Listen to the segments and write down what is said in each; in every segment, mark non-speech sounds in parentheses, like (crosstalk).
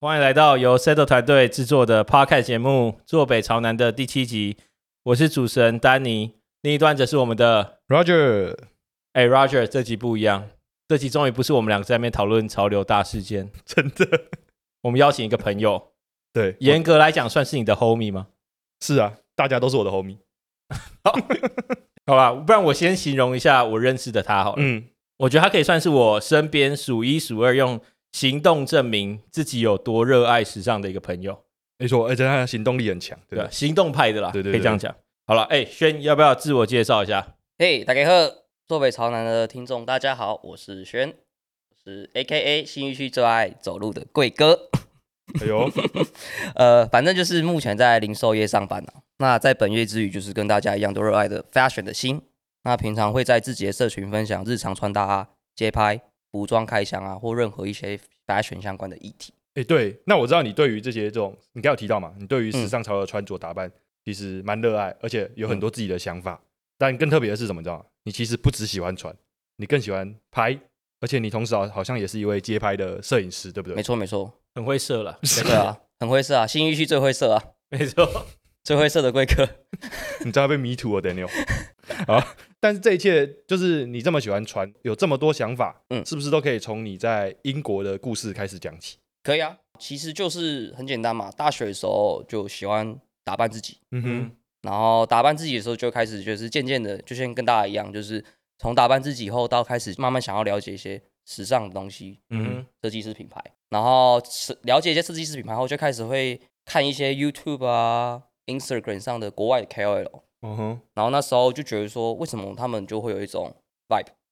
欢迎来到由 Settle 团队制作的 Podcast 节目《坐北朝南》的第七集，我是主持人丹尼，另一端则是我们的 Roger，哎 Roger。这集不一样，这集终于不是我们两个在那边讨论潮流大事件，真的，我们邀请一个朋友，对，严格来讲算是你的 homie 吗？是啊，大家都是我的 homie。好吧，不然我先形容一下我认识的他好了。嗯，我觉得他可以算是我身边数一数二用行动证明自己有多热爱时尚的一个朋友，没错，而且他的行动力很强，对对吧，行动派的啦，对对对可以这样讲。好了，哎、轩要不要自我介绍一下？嘿大家好，坐北朝南的听众大家好，我是轩，我是 A K A 新一区最爱走路的贵哥。哎 (laughs) 呦，呃，反正就是目前在零售业上班呢、那在本业之余，就是跟大家一样都热爱的 fashion 的心。那平常会在自己的社群分享日常穿搭、啊、街拍、服装开箱啊，或任何一些 fashion 相关的议题。哎，对，那我知道你对于这些这种，你刚有提到嘛，你对于时嗯尚潮流的穿着打扮其实蛮热爱，而且有很多自己的想法。但更特别的是什么？你知道吗？你其实不只喜欢穿，你更喜欢拍，而且你同时好好像也是一位街拍的摄影师，对不对没？错，没错，很会射了，对 (laughs) 啊，很会射啊，新一区最会射啊，没错。最会射的贵哥。 (laughs) 你知道被迷途了，Daniel。好，但是这一切就是你这么喜欢穿，有这么多想法，嗯是不是都可以从你在英国的故事开始讲起？可以啊，其实就是很简单嘛。大学的时候就喜欢打扮自己，嗯嗯哼，，然后打扮自己的时候就开始就是渐渐的，就先跟大家一样，就是从打扮自己以后到开始慢慢想要了解一些时尚的东西，嗯哼，设计师品牌，然后是了解一些设计师品牌后，就开始会看一些 YouTube 啊、Instagram 上的国外的 KOL，嗯哼，然后那时候就觉得说，为什么他们就会有一种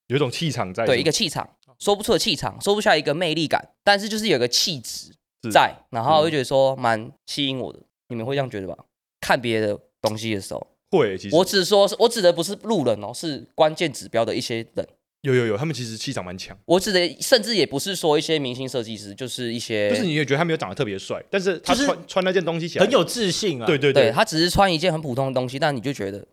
有一种气场在，对是一吗个气场，哦说不出的气场，说不下一个魅力感，但是就是有个气质是在，然嗯后我就觉得说蛮吸引我的。你们会这样觉得吧？看别的东西的时候，会，其实我只说是我指的不是路人哦，是关键指标的一些人。有有有，他们其实气场蛮强，我指的甚至也不是说一些明星设计师，就是一些就是你也觉得他没有长得特别帅，但是他就是穿、穿那件东西起 (laughs) 来很，有自信啊。对对对他只是穿一件很普通的东西，但你就觉得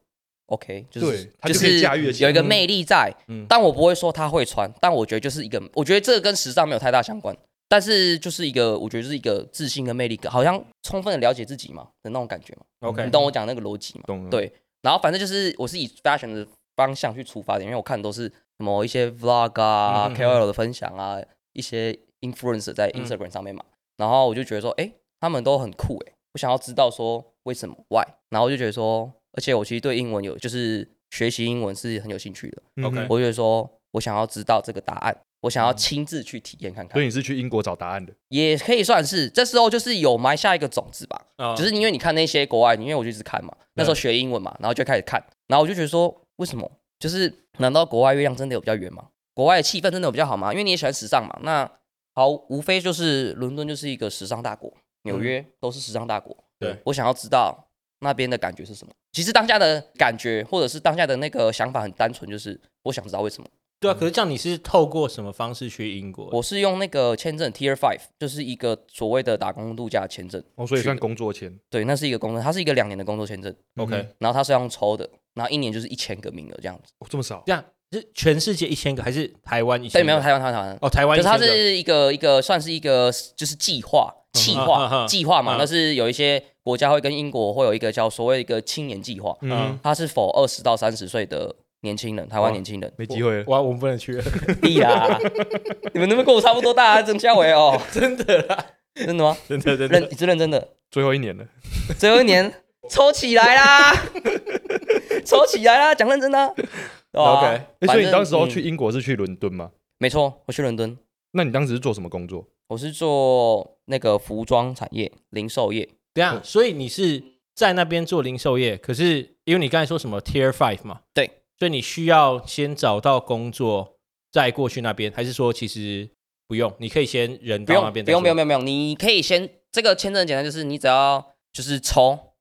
OK，就是对他就是可以驾驭得起有一个嗯魅力在。嗯但我不会说他会穿，但我觉得就是一个，我觉得这个跟时尚没有太大相关，但是就是一个，我觉得是一个自信跟魅力感，好像充分的了解自己嘛的那种感觉嘛。 ，OK，你懂我讲那个逻辑嘛？嗯懂了，对，然后反正就是我是以 fashion 的方向去出发的，因为我看都是什么一些 vlog 啊、嗯嗯嗯 KOL 的分享啊，一些 influencer 在嗯 Instagram 上面嘛，然后我就觉得说，哎、他们都很酷哎、我想要知道说为什么 why，然后我就觉得说，而且我其实对英文有就是学习英文是很有兴趣的，嗯 OK 哼我就觉得说我想要知道这个答案，我嗯想要亲自去体验看看所以，你是去英国找答案的，也可以算是这时候就是有埋下一个种子吧，啊只是因为你看那些国外，因为我就一直看嘛，那时候学英文嘛，然后就开始看，然后我就觉得说，为什么？就是难道国外月亮真的有比较圆吗？国外的气氛真的有比较好吗？因为你也喜欢时尚嘛，那好，无非就是伦敦就是一个时尚大国，纽约都是时尚大国。对我想要知道那边的感觉是什么。其实当下的感觉，或者是当下的那个想法很单纯，就是我想知道为什么。对啊。可是这样你是透过什么方式去英国的？我是用那个签证 Tier Five，就是一个所谓的打工度假签证。哦，所以算工作签对，那是一个工作，它是一个两年的工作签证。 OK 嗯哼然后它是要用抽的，然后一年就是一千个名额这样子。哦这么少这样是全世界一千个还是台湾一千对，个？没有台湾，台湾，台湾。哦，台湾可一是它千个。是一个一个算是一个就是计划、计嗯嗯划、嗯计划嘛嗯，那是有一些国家会跟英国会有一个叫所谓一个青年计划，嗯嗯哼，它是否二十到三十岁的年轻人，台湾年轻人。哦没机会了， (laughs) 哇，我们不能去了， (laughs) 屁 (laughs) 啊啦！你们能不能跟我差不多大啊？曾嘉伟哦，真的啦，真的吗？真的真的认，你是认真的？最后一 (laughs) 年了，最后一年抽起来 (laughs) 啦，抽起来啦，讲认真的啊。对吧 OK 哎，反所以你正当时候嗯去英国是去伦敦吗？没错，我去伦敦，那你当时是做什么工作？我是做那个服装产业、零售业。等一下，啊所以你是在那边做零售业，可是因为你刚才说什么 Tier Five 嘛，对，所以你需要先找到工作再过去那边，还是说其实不用，你可以先人不到那用，边不再说用，不用，不用，不用。你可以先这个签证很简单，就是你只要就是抽，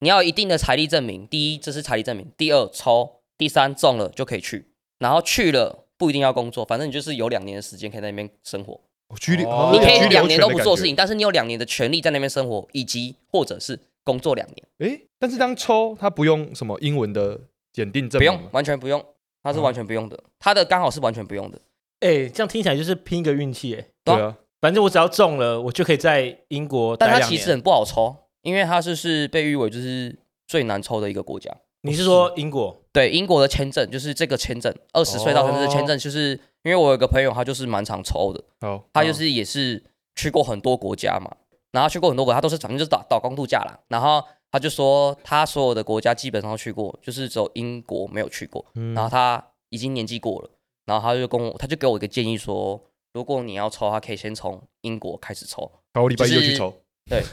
你要有一定的财力证明。第一，这是财力证明；第二，抽；第三，中了就可以去。然后去了，不一定要工作，反正你就是有两年的时间可以在那边生活，哦居留，哦好你像可有以居留两年都权不的做感事觉情，但是你有两年的权利在那边生活，以及或者是工作两年，诶，但是当抽他不用什么英文的检定证不明嗯用吗，，完全不用，他是完全不用的，他的刚好是完全不用的，哎，这样听起来就是拼个运气哎。对啊对啊，反正我只要中了，我就可以在英国待但两他年。其实很不好抽，因为他就是被誉为就是最难抽的一个国家。你是说英国？ (laughs) 对英国的签证，就是这个签证，二十岁到三十岁签哦证，就是、因为我有个朋友，他就是蛮常抽的，好，他嗯就是也是去过很多国家嘛，然后去过很多国家，他都是反正就是打打工度假啦，然后他就说他所有的国家基本上都去过，就是只有英国没有去过，嗯然后他已经年纪过了，然后他就跟我，他就给我一个建议说，如果你要抽，他可以先从英国开始抽，好，我礼拜一就就去是抽，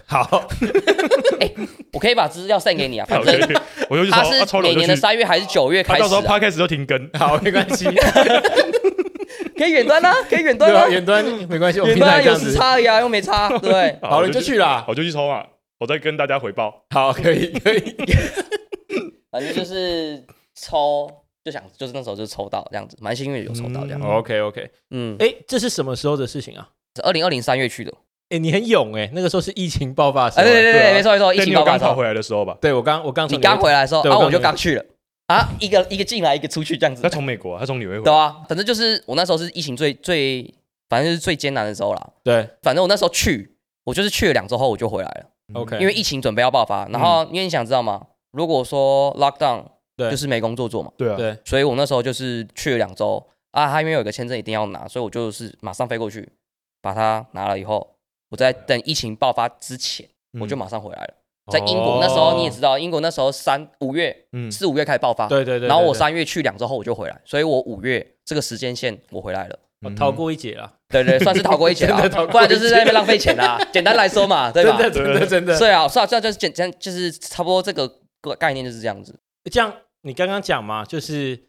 好，我可以把资料散给你啊，反好可以正 (laughs) 我就去抽，他啊抽是了我每就年的去，三月还是九月他开始、到时候啊，趴开始就停更，？好，没关 (laughs) 系，啊可以远端啊，可以远端对啊啊，。远端没关系，我们远平常端啊也这有样时子。差呀，又没差，对不对好了，你就去啦。我就去抽嘛，我再跟大家回报，好，可以，可以。 (laughs) 反正就是抽，就想就是那时候就抽到这样子，蛮幸运有抽到这样。嗯 (laughs) OK，OK。嗯，哎，这是什么时候的事情啊？二零二零三月去的，哎，你很勇哎，那个时候是疫情爆发的时哎，候。对对对啊对，没。错没错，疫但你情有爆发刚的时跑候，回来的时候吧？对我刚我刚从你刚回来的时候，对啊，我我就刚刚去了啊，一个一个进来，一个出去这样子他，从美国啊，他从纽约回对来，啊，反正就是我那时候是疫情最最，反正就是最艰难的时候啦。对反正我那时候去，我就是去了两周后我就回来了，嗯 OK，因为疫情准备要爆嗯发，然后因为你想知道吗？如果说 lockdown，对就是没工作做嘛。对啊，对所以我那时候就是去了两周啊，他因为有一个签证一定要拿，所以我就是马上飞过去把它拿了以后，我在等疫情爆发之前，我就嗯马上回来哦了。在英国那时候你也知道，英国那时候三五月嗯四五月开始爆发，哦对对对。然后我对三月去两周后我就回来，所以我五月这个时间线我回来了。对嗯逃过一劫了，对对，算是逃过一劫啦， (laughs) 真的逃过一劫不然就是在那边浪费钱啦。简单来说嘛，对真吧？的真的真的。对啊，是啊，这样就是简单，就是差不多这个概念就是这样子。这样你刚刚讲嘛，就是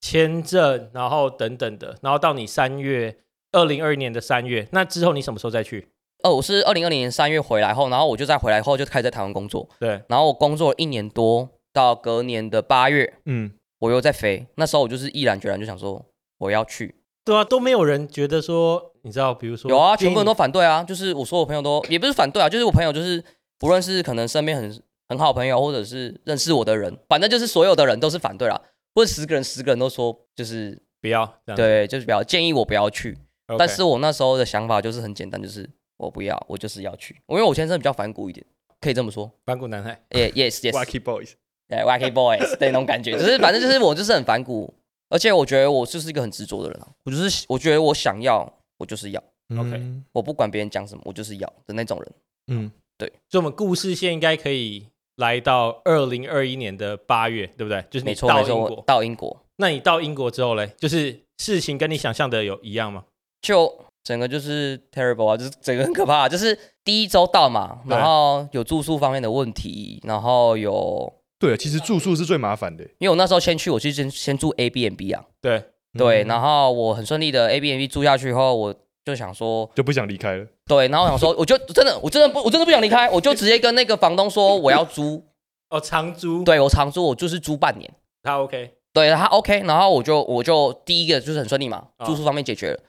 签证，然后等等的，然后到你三月二零二年的三月，那之后你什么时候再去？哦，我是二零二零年三月回来后，然后我就再回来后就开始在台湾工作，对，然后我工作了一年多，到隔年的八月，嗯，我又在飞。那时候我就是毅然决然就想说我要去，对啊，都没有人觉得说，你知道，比如说有啊，建议全部人你都反对啊，就是我说我朋友都也不是反对啊，就是我朋友就是不论是可能身边很很好的朋友，或者是认识我的人，反正就是所有的人都是反对啦，啊或者十个人十个人都说就是不要这样，对，就是不要建议我不要去。 OK，但是我那时候的想法就是很简单，就是我不要，我就是要去，因为我先生比较反骨一点，可以这么说。反骨男孩，也 yes yes， Wacky Boys，对，Wacky Boys 对那种 (laughs) 感觉，就是反正就是我就是很反骨，而且我觉得我就是一个很执着的人啊，我就是我觉得我想要，我就是要， OK 嗯我不管别人讲什么，我就是要的那种人。嗯，所以我们故事线应该可以来到二零二一年的八月，对不对？就是没你错到没英错，国我，到英国那你到英国之后嘞，就是事情跟你想象的有一样吗？就整个就是 terrible 啊，就是整个很可怕啊、就是第一周到嘛，对然后有住宿方面的问题，然后有对啊，其实住宿是最麻烦的，因为我那时候先去，我去先先住 A B N B 啊，对，对，嗯然后我很顺利的 A B N B 住下去后，我就想说就不想离开了，对，然后我想说，我就真的，我真的不，我真的不想离开，我就直接跟那个房东说我要租，哦，长租，，对我长租，我就是租半年，他 OK，对他 OK，然后我就我就第一个就是很顺利嘛，啊住宿方面解决了，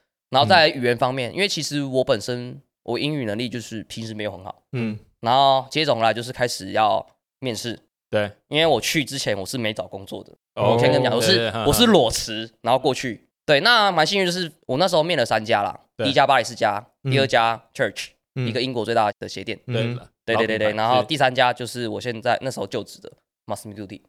嗯然后在语言方面，因为其实我本身我英语能力就是平时没有很好，嗯，然后接踵而来就是开始要面试，对，因为我去之前我是没找工作的，哦我先跟你讲，对我是我嗯是裸辞，然后过去，对，那蛮幸运就是我那时候面了三家啦，对第一家巴黎世家，第二嗯家 Church，嗯一个英国最大的鞋店。对嗯了，对对对对，老品牌然后是第三家就是我现在那时候就职的 Masmi Duty，、一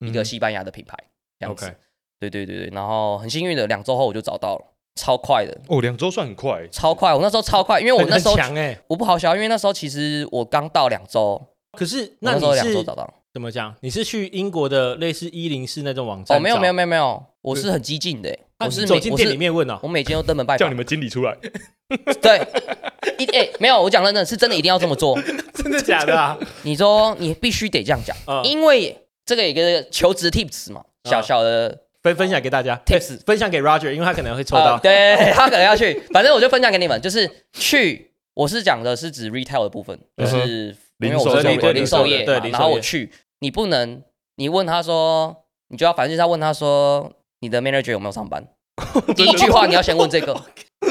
嗯个西班牙的品牌，这样子。嗯 OK 对对对对，然后很幸运的，两周后我就找到了，超快的，哦，两周算很快，超快。我那时候超快，因为我很那时候很强哎，我不好笑，因为那时候其实我刚到两周，我可是那那时候你两周是找到。哦怎么讲？你是去英国的类似一零四那种网站哦，找？没有没有没有没有，我是很激进的、啊，我是你每走进我店里是面问哦我。每天都登门拜叫访你，们经理出来，对，一哎、没有，我讲认真的是真的一定要这么做。 (laughs) 真的假的 (laughs) 啊？你说你必须得这样讲，嗯因为这个有一个求职 tips 嘛，小嗯小的分分享给大家 Tips 哎分享给 Roger，因为他可能会抽呃到。对 (laughs) 他可能要去，反正我就分享给你们，就是去，我是讲的是指 retail 的部分，嗯就哼是因为零售我是相关的零售业嘛，对零售业然后我去，(laughs) 你不能，你问他说，你就要反正就是要问他说，你的 manager 有没有上班？第一句话你要先问这个，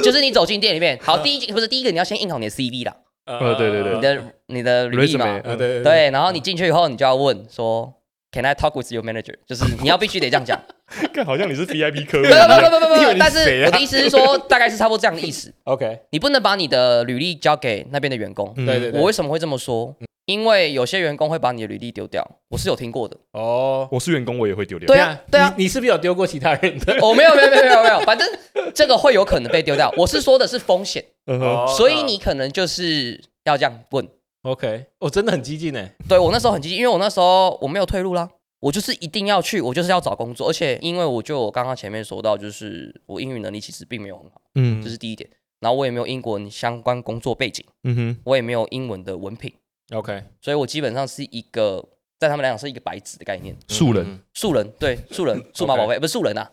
就是你走进店里面，好，第一句不是第一个你要先印好你的 CV 啦，呃哦对对对你的你的履历嘛 Resume，，呃对对，然后你进去以后你就要问说。Can I talk with your manager？就是你要必须得这样 (laughs) 讲，看好像 (laughs) 你是 VIP 客户一不不样，不不不你以为不，你但是谁是啊我的意思是说，大概是差不多这样的意思。 ，OK，你不能把你的履历交给那边的员工。嗯对对对，嗯我为什么会这么说？因为有些员工会把你的履历丢掉，我是有 (laughs) 听过的。哦，我是员工，我也会丢脸。对啊对啊你你是不是有丢过其他人的？哦，没有没有没有没有没有，反正这个会有可能被丢掉。我是说的是风险，嗯哼，哦呃所以你可能就是要这样问。 OK，我真的很激进哎，对我那时候很积极，因为我那时候我没有退路啦，我就是一定要去，我就是要找工作。而且因为我就我刚刚前面说到，就是我英语能力其实并没有很好，嗯这是第一点。然后我也没有英国相关工作背景，嗯哼，我也没有英文的文凭， OK，嗯所以我基本上是一个在他们来讲是一个白纸的概念。素人，嗯素人，对，素人，数码宝贝，不是素人啊，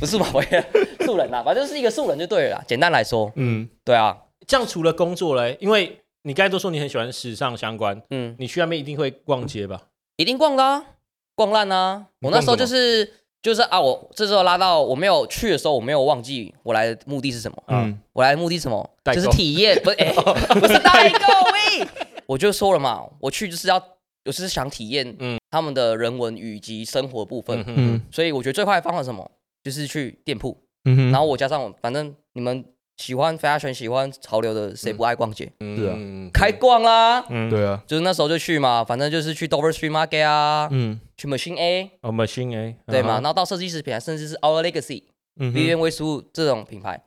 不是数码宝贝啊， (laughs) 素人啊，反正就是一个素人就对了啦。简单来说，嗯，对啊，这样除了工作嘞，因为你刚才都说你很喜欢时尚相关，嗯，你去那边一定会逛街吧？一定逛啦、逛烂啊。你我逛那时候什就么是就是啊，我这时候拉到我没有去的时候，我没有忘记我来的目的是什么。嗯，我来的目的是什么？代就购是体验，不是、哎，不是代购喂。我就说了嘛，我去就是要，我是想体验嗯他们的人文以及生活部分，嗯所以我觉得最快的方法是什么？就是去店铺。嗯哼然后我加上我，反正你们喜欢 fashion、喜欢潮流的，谁不爱逛街？嗯是啊嗯开逛啦！嗯对啊，就是那时候就去嘛，反正就是去 Dover Street Market 啊，嗯去 Machine A，哦 Machine A 对嘛？吗？然后到设计师品牌，甚至是 Our Legacy、嗯 Vivienne Westwood 这种品牌，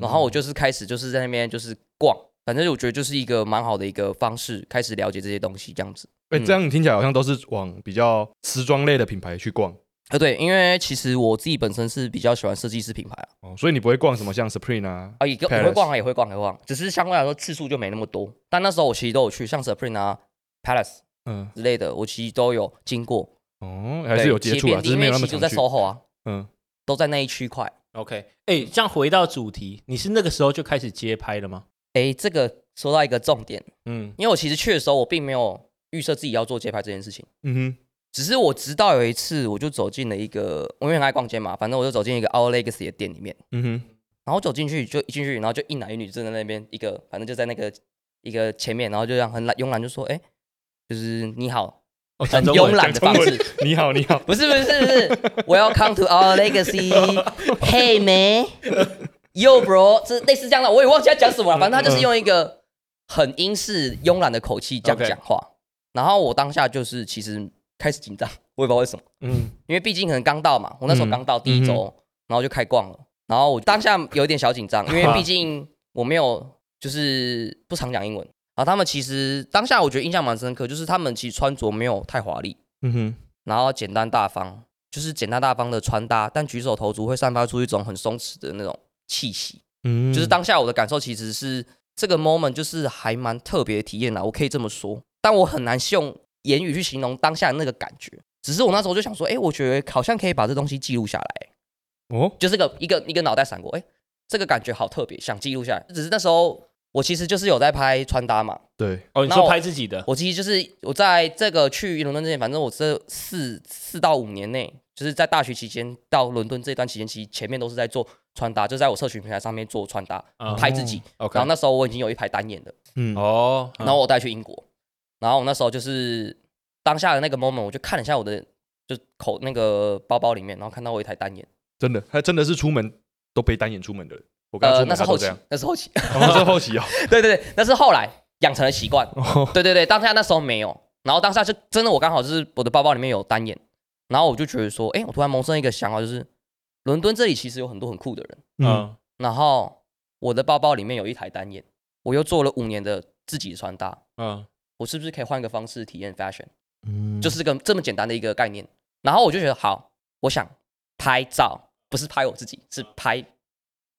然后我就是开始就是在那边就是逛，反正我觉得就是一个蛮好的一个方式，开始了解这些东西这样子。哎，嗯这样听起来好像都是往比较时装类的品牌去逛啊，对，因为其实我自己本身是比较喜欢设计师品牌啊，哦，所以你不会逛什么像 Supreme 啊，啊，也跟 Paris 也会逛啊，也会逛，也会逛，只是相对来说次数就没那么多。但那时候我其实都有去，像 Supreme 啊、Palace 嗯，之类的，我其实都有经过，哦，还是有接触啊，只是因没为有那其么实就在常去。 SOHO 啊，嗯，都在那一区块。 OK，哎，这样回到主题，你是那个时候就开始街拍了吗？哎，这个说到一个重点，嗯因为我其实去的时候，我并没有预设自己要做街拍这件事情，嗯只是我直到有一次，我就走进了一个，我因为很爱逛街嘛，反正我就走进一个 Our Legacy 的店里面，哼，嗯哼，然后走进去就一进去，然后就一男一女站在那边，一个反正就在那个一个前面，然后就这样很懒慵懒就说，哎，就是你好，哦，很讲中文慵懒的方讲中式文。你好，你好，不是不是不是，Welcome to our legacy. Hey man, yo bro，这类似这样的，我也忘记他讲什么了。反正他就是用一个很英式慵懒的口气这样 OK 讲话。然后我当下就是其实开始紧张，我也不知道为什么，嗯因为毕竟可能刚到嘛，我那时候嗯刚到第一周，然后就开逛了。然后我当下有点小紧张，因为毕竟我没有就是不常讲英文。然后他们其实当下我觉得印象蛮深刻，就是他们其实穿着没有太华丽，嗯哼，然后简单大方，就是简单大方的穿搭，但举手投足会散发出一种很松弛的那种气息。嗯就是当下我的感受其实是这个 moment 就是还蛮特别的体验啦，啊我可以这么说，但我很难用言语去形容当下的那个感觉。只是我那时候就想说，哎，我觉得好像可以把这东西记录下来，哦，就是个一个一个脑袋闪过，哎，这个感觉好特别，想记录下来。只是那时候我其实就是有在拍穿搭嘛，对，哦，你那说我拍自己的，我其实就是我在这个去伦敦之前，反正我这四四到五年内，就是在大学期间到伦敦这段期间，其实前面都是在做穿搭，就在我社群平台上面做穿搭，哦拍自己。 OK，然后那时候我已经有一排单眼的，嗯，哦，然后我带去英国，然后我那时候就是当下的那个 moment，我就看了一下我的就口那个包包里面，然后看到我一台单眼，真的，他真的是出门都背单眼出门的人。我刚呃，出那门是他都后这期样，，那是后期，哦那是后 (laughs) 期啊。对对对，那是后来养成了习惯，哦对对对，当下那时候没有，然后当下就真的我刚好就是我的包包里面有单眼，然后我就觉得说，哎，我突然萌生一个想法，就是伦敦这里其实有很多很酷的人，嗯嗯然后我的包包里面有一台单眼，我又做了五年的自己的穿搭，嗯我是不是可以换个方式体验 fashion？嗯就是个这么简单的一个概念。然后我就觉得好，我想拍照，不是拍我自己，是拍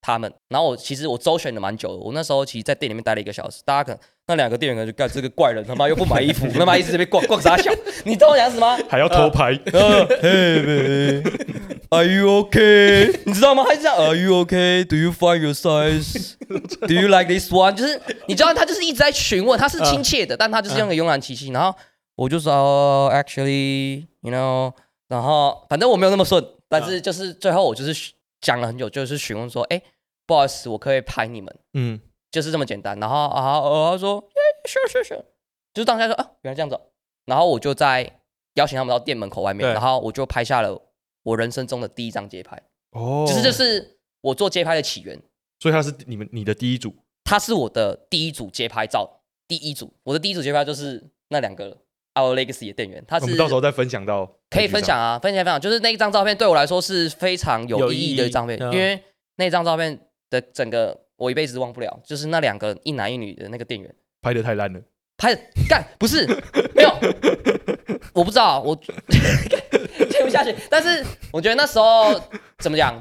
他们。然后我其实我周旋了蛮久的，我那时候其实，在店里面待了一个小时，大家可能那两个店员可能就干这个怪人，他妈又不买衣服，他妈一直在那边逛逛傻小，你懂我讲什么？还要偷拍， Are 呃 you okay？你知道吗？他是这样，Are you okay? Do you find your size? Do you like this one？就是你知道，他就是一直在询问，他是亲切的，但他就是用个慵懒气息。然后我就说、哦 a c t u a l l y you know，然后反正我没有那么顺，但是就是最后我就是讲了很久，就是询问说，哎，不好意思，我可以拍你们，嗯，就是这么简单。然后啊，呃他说，sure sure sure，就是当下说啊，原来这样子哦、然后我就在邀请他们到店门口外面，对然后我就拍下了我人生中的第一张街拍，哦，其实这，是我做街拍的起源。所以他是你们你的第一组，它是我的第一组街拍照，第一组，我的第一组街拍就是那两个 Our Legacy 的店员，他我是们到时候再分享到 IG 上，可以分享啊，分享分享，就是那一张照片对我来说是非常有意义的一张片，有意义嗯因为那张照片的整个我一辈子忘不了，就是那两个一男一女的那个店员拍的太烂了，拍的，干不是没有，我不知道我 (laughs) 接不下去，但是我觉得那时候怎么讲，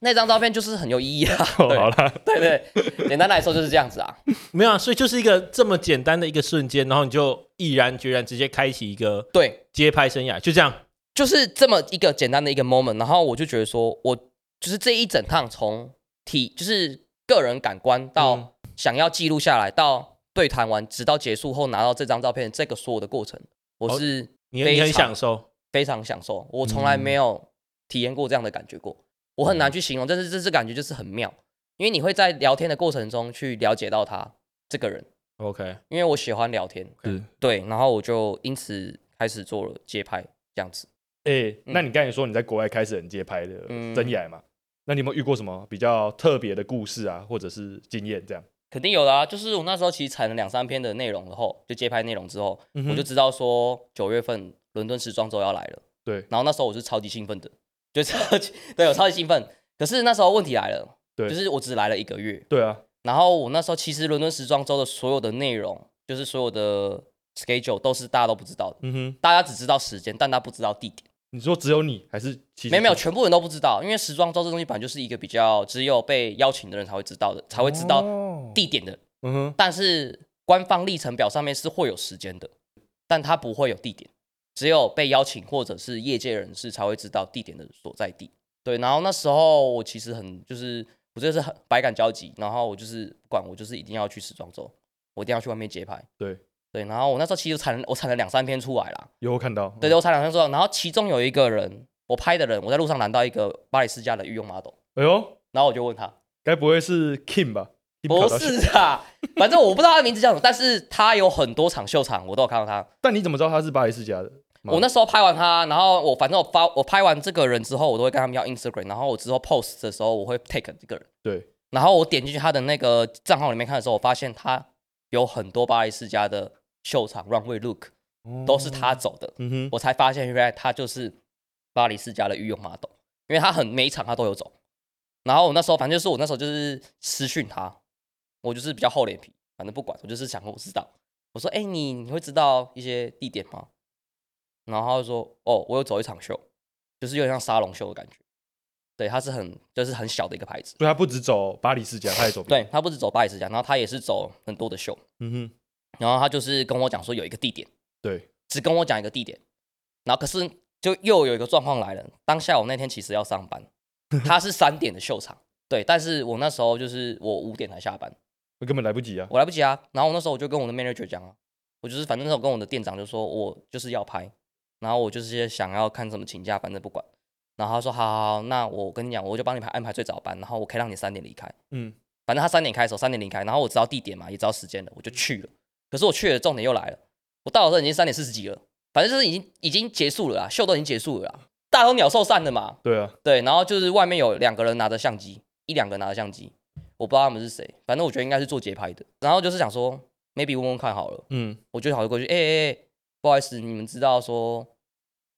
那张照片就是很有意义啊， (laughs) 哦嗯 (laughs) 好啦，对对对，简单来说就是这样子啊。没有啊，所以就是一个这么简单的一个瞬间，然后你就毅然决然直接开启一个对，街拍生涯，就这样。就是这么一个简单的一个 moment，然后我就觉得说，我就是这一整趟从体就是个人感官嗯到想要记录下来，到对谈完，直到结束后拿到这张照片，这个所有的过程，我是你你很非常享受，非常享受，我从来嗯没有体验过这样的感觉过，我很难去形容，但是这次感觉就是很妙，因为你会在聊天的过程中去了解到他这个人， OK，因为我喜欢聊天，是对，然后我就因此开始做了街拍这样子。哎、那你刚才说你在国外开始很街拍的嗯生涯嘛？那你有没有遇过什么比较特别的故事啊，或者是经验这样？肯定有的啊，就是我那时候其实产了两三篇的内容之后，就街拍内容之后，嗯哼我就知道说九月份伦敦时装周要来了。对然后那时候我是超级兴奋的，就超级 (laughs) 对我超级兴奋。可是那时候问题来了，对就是我只来了一个月，对啊，然后我那时候其实伦敦时装周的所有的内容，就是所有的 schedule 都是大家都不知道的，嗯哼，大家只知道时间，但大家不知道地点。你说只有你还是其实没有没有，全部人都不知道，因为时装周这东西本来就是一个比较只有被邀请的人才会知道的，才会知道哦地点的嗯哼，但是官方历程表上面是会有时间的，但它不会有地点，只有被邀请或者是业界人士才会知道地点的所在地。对，然后那时候我其实很就是我就是很百感交集，然后我就是不管我就是一定要去时装周，我一定要去外面街拍。对对，然后我那时候其实产我产了两三篇出来啦，有看到，对对，我产两三篇出来，然后其中有一个人我拍的人，我在路上拦到一个巴黎世家的御用 model，哎呦，然后我就问他，该不会是 Kim 吧？Kim 不 Kardashian，是啊，反正我不知道他的名字叫什么，但是他有很多场秀场，我都有看到他。但你怎么知道他是巴黎世家的？我那时候拍完他，然后我反正我发我拍完这个人之后，我都会跟他们要 Instagram，然后我之后 post 的时候，我会 take 这个人，对，然后我点进去他的那个账号里面看的时候，我发现他有很多巴黎世家的秀场 runway look 都是他哦，走的，嗯哼，我才发现原来他就是巴黎世家的御用 model，因为他很每一场他都有走。然后我那时候反正就是我那时候就是私讯他，我就是比较厚脸皮，反正不管，我就是想说我知道。我说：“哎、你你会知道一些地点吗？”然后他就说：“哦，我有走一场秀，就是有点像沙龙秀的感觉。对，它是很就是很小的一个牌子。所以他不止走巴黎世家，他也走别对，，他不止走巴黎世家，然后他也是走很多的秀。嗯哼，然后他就是跟我讲说有一个地点。”对，只跟我讲一个地点，然后可是就又有一个状况来了。当下我那天其实要上班，他是三点的秀场，对，但是我那时候就是我五点才下班，我根本来不及啊，我来不及啊。然后我那时候我就跟我的 manager 讲啊，我就是反正那时候跟我的店长就说我就是要拍，然后我就是想要看怎么请假，反正不管。然后他说好好好，那我跟你讲，我就帮你排安排最早班，然后我可以让你三点离开。嗯，反正他三点开的时候，三点离开，然后我知道地点嘛，也知道时间了，我就去了。可是我去了，重点又来了，我到的时候已经三点四十几了，反正就是已经已经结束了啦，秀都已经结束了啦，大家都鸟兽散了嘛。对啊，对，然后就是外面有两个人拿着相机，一两个人拿着相机，我不知道他们是谁，反正我觉得应该是做节拍的。然后就是想说，maybe 问问看好了，嗯，我就跑过去，哎哎哎，不好意思，你们知道说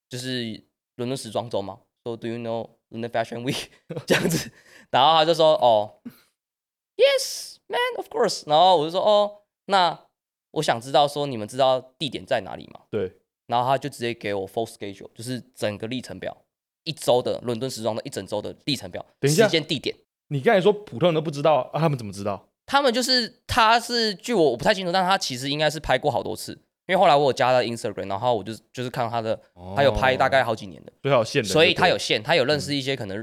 就是伦敦时装周吗？说 Do you know London Fashion Week (laughs) 这样子，然后他就说哦，Yes man of course，然后我就说哦，那我想知道说你们知道地点在哪里吗？对，然后他就直接给我 full schedule，就是整个历程表，一周的伦敦时装的一整周的历程表，等一下时间地点。你刚才说普通人都不知道啊，他们怎么知道？他们就是他是据我我不太清楚，但他其实应该是拍过好多次，因为后来我有加了 Instagram，然后我就就是看到他的，他有拍大概好几年的，所以他有线人就哦所对了，嗯以他有线，他有认识一些可能、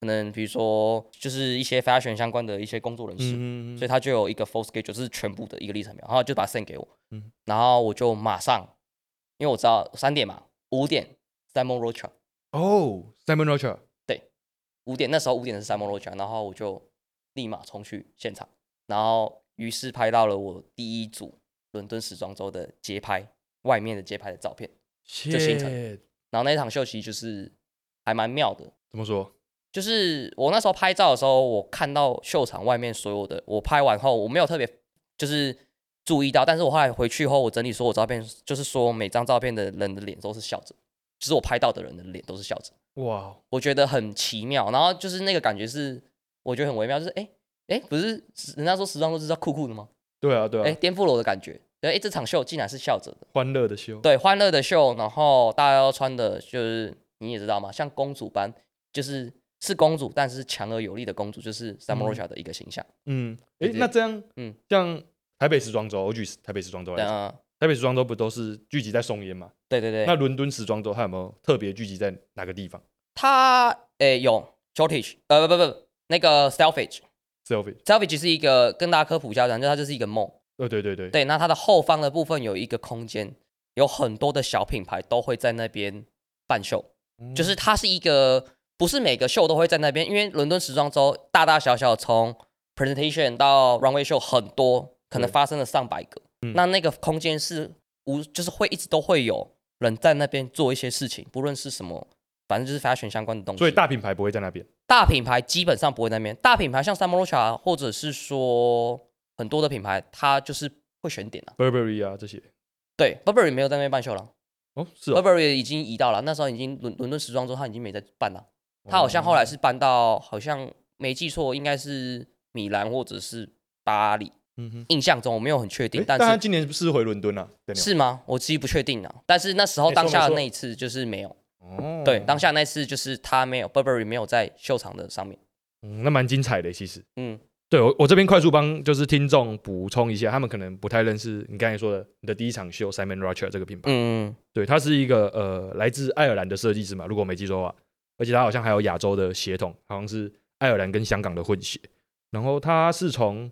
可能比如说就是一些 fashion 相关的一些工作人士，嗯，嗯，所以他就有一个 full schedule，就是全部的一个历程表，然后就把 send 给我，嗯然后我就马上，因为我知道三点嘛，五点 Simon Rocha。哦，Simon Rocha，五点那时候五点是三摩罗家，然后我就立马冲去现场，然后于是拍到了我第一组伦敦时装周的街拍，外面的街拍的照片。谢行程然后那一场秀其实就是还蛮妙的，怎么说？就是我那时候拍照的时候，我看到秀场外面所有的，我拍完后我没有特别就是注意到，但是我后来回去后，我整理所有照片，就是说每张照片的人的脸都是笑着，就是我拍到的人的脸都是笑着，哇，我觉得很奇妙。然后就是那个感觉是，我觉得很微妙，就是哎哎，诶不是人家说时装都是要酷酷的吗？对啊，对啊，哎，颠覆了我的感觉。对，哎，这场秀竟然是笑着的，欢乐的秀，对，欢乐的秀，然后大家要穿的就是你也知道嘛，像公主般，就是是公主，但是强而有力的公主，就是 Samorosha 的一个形象。嗯，哎直，接那这样，嗯嗯，像台北时装周，我举台北时装周来对讲，啊，台北时装周不都是聚集在松烟嘛？对对对。那伦敦时装周它有没有特别聚集在哪个地方他诶、有 shortage，呃不不不，那个 selfage，selfage ？Selfie，是一个跟大家科普一下，反正它就是一个梦。呃，对对对，对，那它的后方的部分有一个空间，有很多的小品牌都会在那边办秀，嗯就是它是一个不是每个秀都会在那边，因为伦敦时装周大大小小从 presentation 到 runway show 很多，可能对发生了上百个，嗯那那个空间是无就是会一直都会有人在那边做一些事情，不论是什么，反正就是 fashion 相关的东西。所以大品牌不会在那边。大品牌基本上不会在那边。大品牌像 Samorocha 或者是说很多的品牌，它就是会选点啊。 Burberry 啊这些。对，Burberry 没有在那边办秀了、哦，是 b u r 哦， b e r r y 已经移到了，那时候已经伦伦敦时装周，它已经没在办了。它好哦像后来是搬到，好像没记错，应该是米兰或者是巴黎。嗯哼，印象中我没有很确定诶，但他但今年是回伦敦啊？是是吗？我其实不确定啊。但是那时候没错当下没的错那一次就是没有，哦，对，当下那次就是他没有 Burberry 没有在秀场的上面。嗯那蛮精彩的，其实。嗯，对我，我这边快速帮就是听众补充一下，他们可能不太认识你刚才说的你的第一场秀 Simon Rocher 这个品牌。嗯，对，它是一个呃来自爱尔兰的设计师嘛，如果我没记错的话，而且它好像还有亚洲的血统，好像是爱尔兰跟香港的混血。然后它是从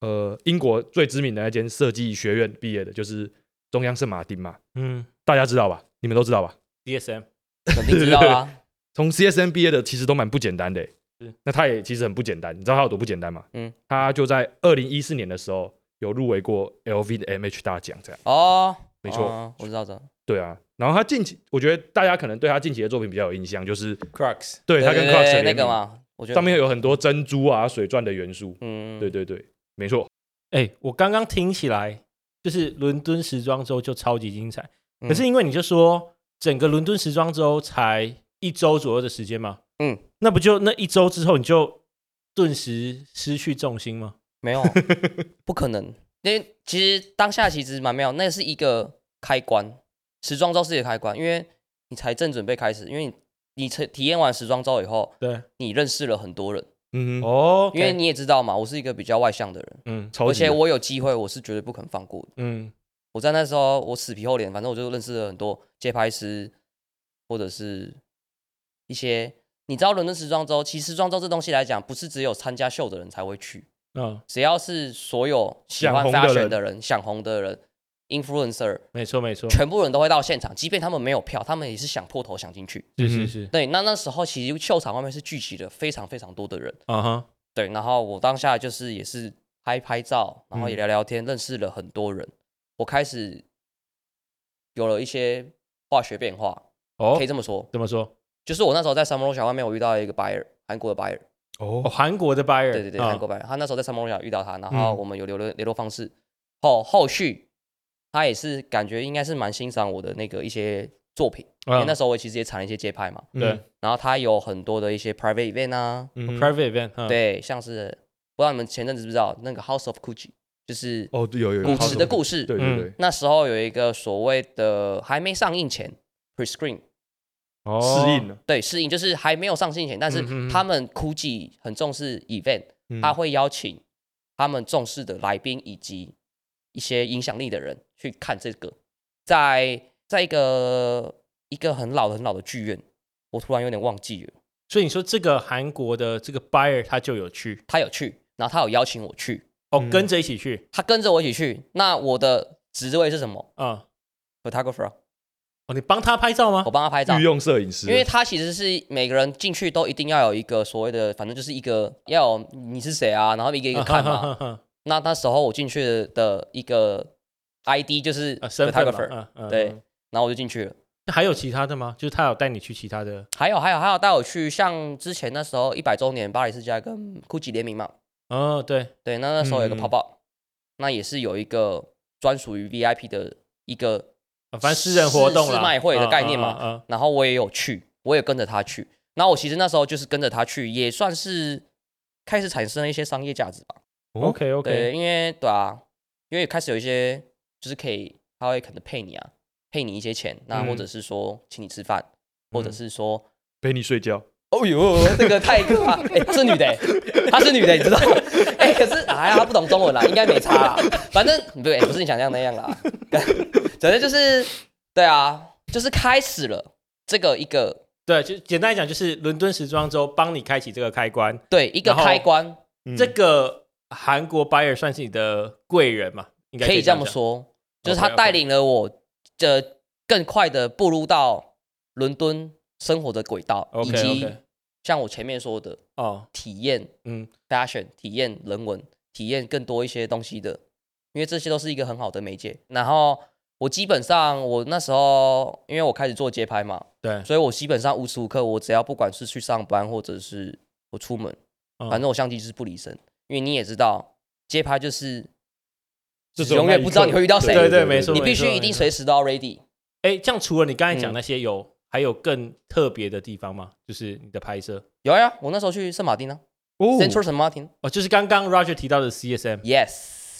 呃英国最知名的那间设计学院毕业的，就是中央圣马丁嘛，嗯大家知道吧？你们都知道吧？ ，DSM 肯定知道啦、 (laughs) 从 CSN 毕业的其实都蛮不简单的欸是。那他也其实很不简单，你知道他有多不简单吗？嗯嗯，他就在二零一四年的时候有入围过 LV 的 MH 大奖，这样哦，没错哦我知道的。对啊。然后他近期，我觉得大家可能对他近期的作品比较有印象，就是 Crux 对他跟 c l a 对 s 对那个，嘛，我觉得上面有很多珍珠啊、水钻的元素。嗯，对对对，没错，哎、我刚刚听起来就是伦敦时装周就超级精彩，嗯可是因为你就说整个伦敦时装周才一周左右的时间嘛，嗯，那不就那一周之后你就顿时失去重心吗？没有，不可能。因为其实当下其实蛮妙，那是一个开关，时装周是一个开关，因为你才正准备开始，因为你你才体验完时装周以后，对，你认识了很多人，嗯哼，哦因为你也知道嘛，我是一个比较外向的人，嗯超而级且我有机会我是绝对不肯放过的。嗯，我在那时候我死皮厚脸，反正我就认识了很多街拍师，或者是一些你知道伦敦时装周，其实时装周这东西来讲，不是只有参加秀的人才会去，嗯，只要是所有喜想欢红的 fashion 人的人、想红的人、influencer，没错没错，全部人都会到现场，即便他们没有票，他们也是想破头想进去。是嗯是是，对，那那时候其实秀场外面是聚集了非常非常多的人，啊哈，对，然后我当下就是也是拍拍照，然后嗯也聊聊天，认识了很多人，我开始有了一些化学变化，哦可以，这么说，怎么说？就是我那时候在 Samro 小外面，我遇到了一个 buyer，韩国的 buyer，哦，韩国的 buyer，对对对，啊韩国 buyer，他那时候在 Samro 小遇到他，然后嗯我们有留了联络方式，后后续他也是感觉应该是蛮欣赏我的那个一些作品，因为嗯那时候我其实也产了一些街拍嘛，对然后他有很多的一些 private event 啊，嗯哼 private event，嗯，对，像是不知道你们前阵子知不知道那个 House of Gucci，就是哦，有有有古驰的故事。对嗯对对，那时候有一个所谓的还没上映前 pre-screen，哦适应了，对，适应就是还没有上映前，但是嗯哼哼他们 Gucci 很重视 event，、嗯他会邀请他们重视的来宾以及一些影响力的人去看这个，在在一个一个很老的很老的剧院，我突然有点忘记了。所以你说这个韩国的这个 buyer 他就有去，他有去，然后他有邀请我去，哦，嗯跟着一起去，他跟着我一起去。那我的职位是什么啊， ？photographer 啊。哦哦，你帮他拍照吗我？帮他拍照御。用摄影师，因为他其实是每个人进去都一定要有一个所谓的，反正就是一个要有你是谁啊，然后一个一个 (laughs) 看嘛。嘛，那那时候我进去的一个 ID 就是啊身份嘛 photographer，嗯嗯对嗯，然后我就进去了。那还有其他的吗？就是他有带你去其他的，还有还有还有带我去，像之前那时候一百周年巴黎世家跟 GUCCI 联名嘛，哦，对，对，那那时候有嗯个泡泡，那也是有一个专属于 VIP 的一个，啊反正私人活动是啦是卖会的概念嘛嗯嗯嗯嗯然后我也有去，我也跟着他去。那我其实那时候就是跟着他去，也算是开始产生了一些商业价值吧。嗯 OK 哦对， OK，因为对啊，因为开始有一些就是可以，他会可能配你啊，配你一些钱，那嗯或者是说请你吃饭，或者是说，陪你睡觉，哦呦，这个太可怕，哎、她是女的、欸，她是女的，你知道吗？哎、可是哎呀，她不懂中文啦，应该没差啦，反正对，不是你想象那样啦， (laughs) 反正就是对啊，就是开始了这个一个对，就简单来讲，就是伦敦时装周帮你开启这个开关，对一个然后开关，嗯这个韩国 buyer 算是你的贵人嘛？应该可以这这样么讲，哦说，就是 OK，OK 他带领了我的更快的步入到伦敦生活的轨道 OK，以及 OK 像我前面说的哦，体验嗯， fashion、体验人文、体验更多一些东西的，因为这些都是一个很好的媒介。然后我基本上我那时候因为我开始做街拍嘛，对，所以我基本上无时无刻我只要不管是去上班或者是我出门，嗯反正我相机就是不离身，因为你也知道街拍就是这永远不知道你会遇到谁对对没错你必没须错一定没错随时都要 ready。哎，这样除了你刚才讲嗯那些有，还有更特别的地方吗？就是你的拍摄有呀、我那时候去圣马丁啊、哦 c e n t r a l San Martin，yes，哦，就是刚刚 Roger 提到的 CSM，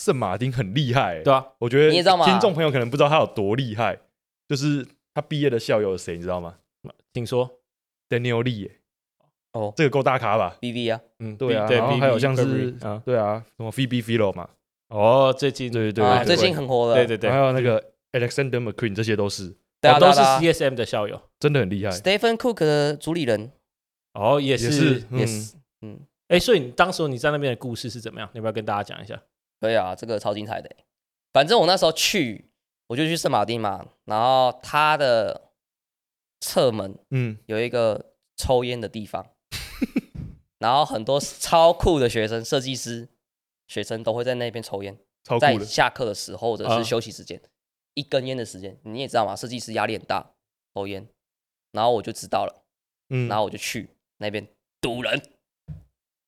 圣马丁很厉害、欸，对啊，我觉得你也知道吗听众朋友可能不知道他有多厉害，就是他毕业的校友有谁，你知道吗请说， ？Daniel Lee，、欸、哦这个够大咖吧？ ，BV 啊，嗯，对啊对，然后 BB 还有像是 Burberry，啊，对啊，什么 Phoebe Philo 嘛，哦，最近对对对啊，对最近很火的，对对啊对还，有那个 Alexander McQueen，这些都是对啊，哦对都啊是对啊 CSM 的校友，真的很厉害。 Stephen Cook 的主理人哦，也也是，嗯 yes，嗯，哎，所以你当时你在那边的故事是怎么样？你要不要跟大家讲一下？对啊，这个超精彩的欸。反正我那时候去，我就去圣马丁嘛，然后它的侧门嗯，有一个抽烟的地方， (laughs) 然后很多超酷的学生、设计师学生都会在那边抽烟。超在酷的。下课的时候或者啊是休息时间，一根烟的时间，你也知道嘛，设计师压力很大，抽烟。然后我就知道了，嗯，然后我就去那边堵人，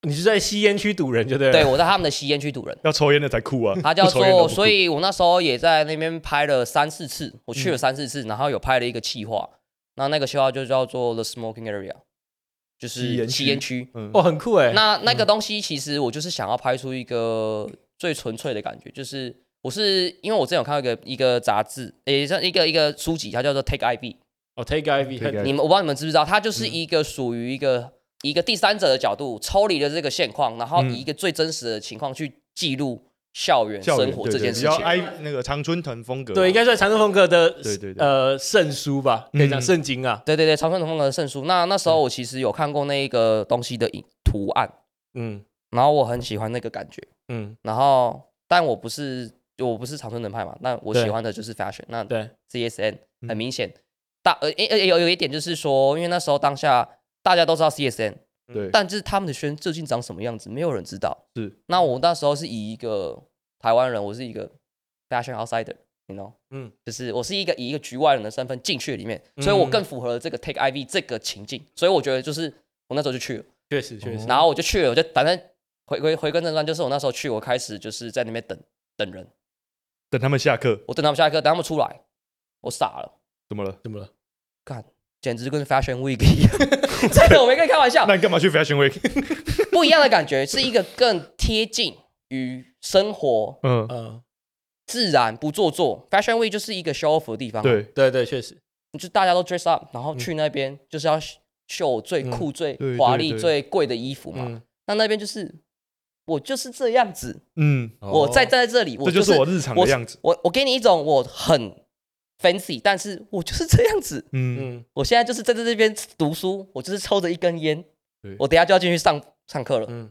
你是在吸烟区堵人，就对了，对我在他们的吸烟区堵人，要抽烟的才酷啊，他叫不抽烟的做，不酷所以我那时候也在那边拍了三四次，我去嗯了三四次，然后有拍了一个企划，那那个企划就叫做 The Smoking Area，就吸是烟吸区烟区。嗯哦，很酷哎，那那个东西其实我就是想要拍出一个最纯粹的感觉，就是我是因为我之前有看到一个一个杂志，也像一个一个书籍，它叫做 Take IV。哦，Take Ivy， Take 很 Ivy 你们我不知道你们知不知道，它就是嗯一个属于一个、一个第三者的角度抽离了这个现况，然后嗯以一个最真实的情况去记录校园校园生活对这对件比事较情。哀那个常春藤风格啊，对，应该算长春风格的，对对对呃，圣书吧，可以讲嗯圣经啊，对对对，长春藤风格的圣书。那那时候我其实有看过那一个东西的影图案，嗯然后我很喜欢那个感觉。嗯，然后，但我不是我不是长春藤派嘛，那我对喜欢的就是 fashion。那对， CSN 嗯很明显，大呃诶呃有有一点就是说，因为那时候当下大家都知道 CSN，对，但是他们的圈究竟长什么样子，没有人知道。是，那我那时候是以一个台湾人，我是一个 fashion outsider，you know，嗯嗯，就是我是一个以一个局外人的身份进去里面，所以嗯我更符合了这个 take IV 这个情境，所以我觉得就是我那时候就去了，确实确实，然后我就去了，我就反正回回回根正传，就是我那时候去，我开始就是在那边等等人，等他们下课，我等他们下课，等他们出来，我傻了。怎么了？怎么了？简直就跟 Fashion Week 一样， (laughs) 真的，我没跟你开玩笑那，你干嘛去 Fashion Week？不一样的感觉，是一个更贴近于生活、嗯，嗯，自然、不做作。Fashion Week 就是一个 show off 的地方，， (laughs) 对对对，确实，就大家都 dress up，然后去那边就是要秀我最酷、对最华丽、对对最贵的衣服嘛。嗯，那那边就是我就是这样子，嗯，我在站在这里，这哦我就是是我日常的样子。我我给你一种我很 fancy，但是我就是这样子。 (laughs) 嗯，嗯，我现在就是站在这边读书，我就是抽着一根烟对，我等一下就要进去上上课了。嗯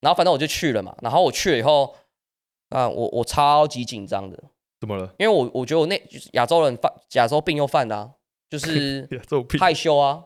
然后反正我就去了嘛，然后我去了以后，啊、我我超级紧张的，怎么了？因为我我觉得我那就是亚洲人犯亚洲病又犯的、啊，就是 (laughs) 这种屁，害羞啊，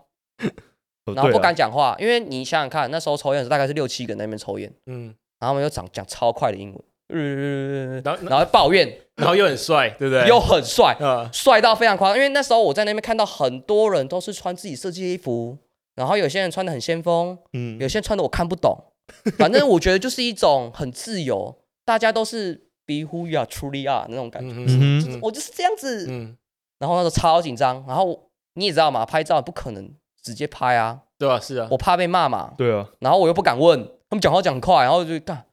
哦然后对不啊敢讲话，因为你想想看，那时候抽烟的时候大概是六七个人在那边抽烟，嗯，然后他们又讲讲超快的英文，呃 (laughs) 然后然后抱怨然后又很帅，对不对？又很帅，呃，帅到非常夸张。因为那时候我在那边看到很多人都是穿自己设计的衣服，然后有些人穿的很先锋，嗯有些人穿的我看不懂。 (laughs) 反正我觉得就是一种很自由，大家都是 be who you are truly are 那种感觉。嗯嗯哼，我就是这样子，嗯，然后那时候超紧张，然后你也知道嘛，拍照不可能直接拍啊，对啊，是啊，我怕被骂嘛，对啊，然后我又不敢问，他们讲话讲很快，然后我就干，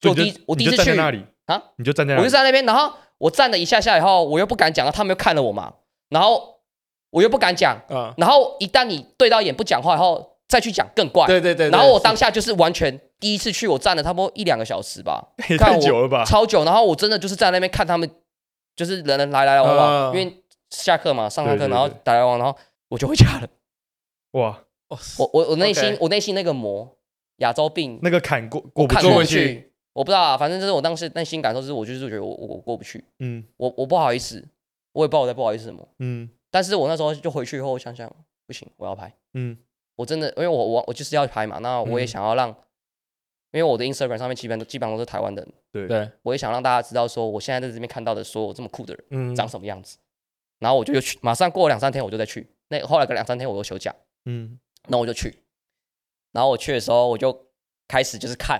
就所我以第你一我你第一次就站去在那里啊，你就站在那我里就，在那边，然后我站了一下下以后，我又不敢讲，然后他们又看了我嘛，然后我又不敢讲，啊，然后一旦你对到眼不讲话以后，再去讲更怪。对对对，对然后我是当下就是完全第一次去，我站了差不多一两个小时吧， (laughs) 也看太我久了吧？啊超久。然后我真的就是在那边看他们，就是人人来来来往啊往，因为下课嘛，上上课，对对然后对来来往，往，然后我就回家了。哇，哦我我我内心 OK 我内心那个魔，亚洲病那个坎过过不看去过过不不去去，我不知道啊，反正就是我当时内心感受就是，我就是觉得我我我过不去，嗯我我不好意思，我也不知道我在不好意思什么。嗯但是我那时候就回去以后，我想想不行，我要拍。嗯我真的，因为我我我就是要拍嘛，那我也嗯想要让，因为我的 Instagram 上面基本都基本上都是台湾人，对，我也想让大家知道说，我现在在这边看到的所有这么酷的人嗯，长什么样子。然后我就又去，马上过了两三天我就再去。那后来隔两三天我又休假，嗯，那我就去。然后我去的时候，我就开始就是看，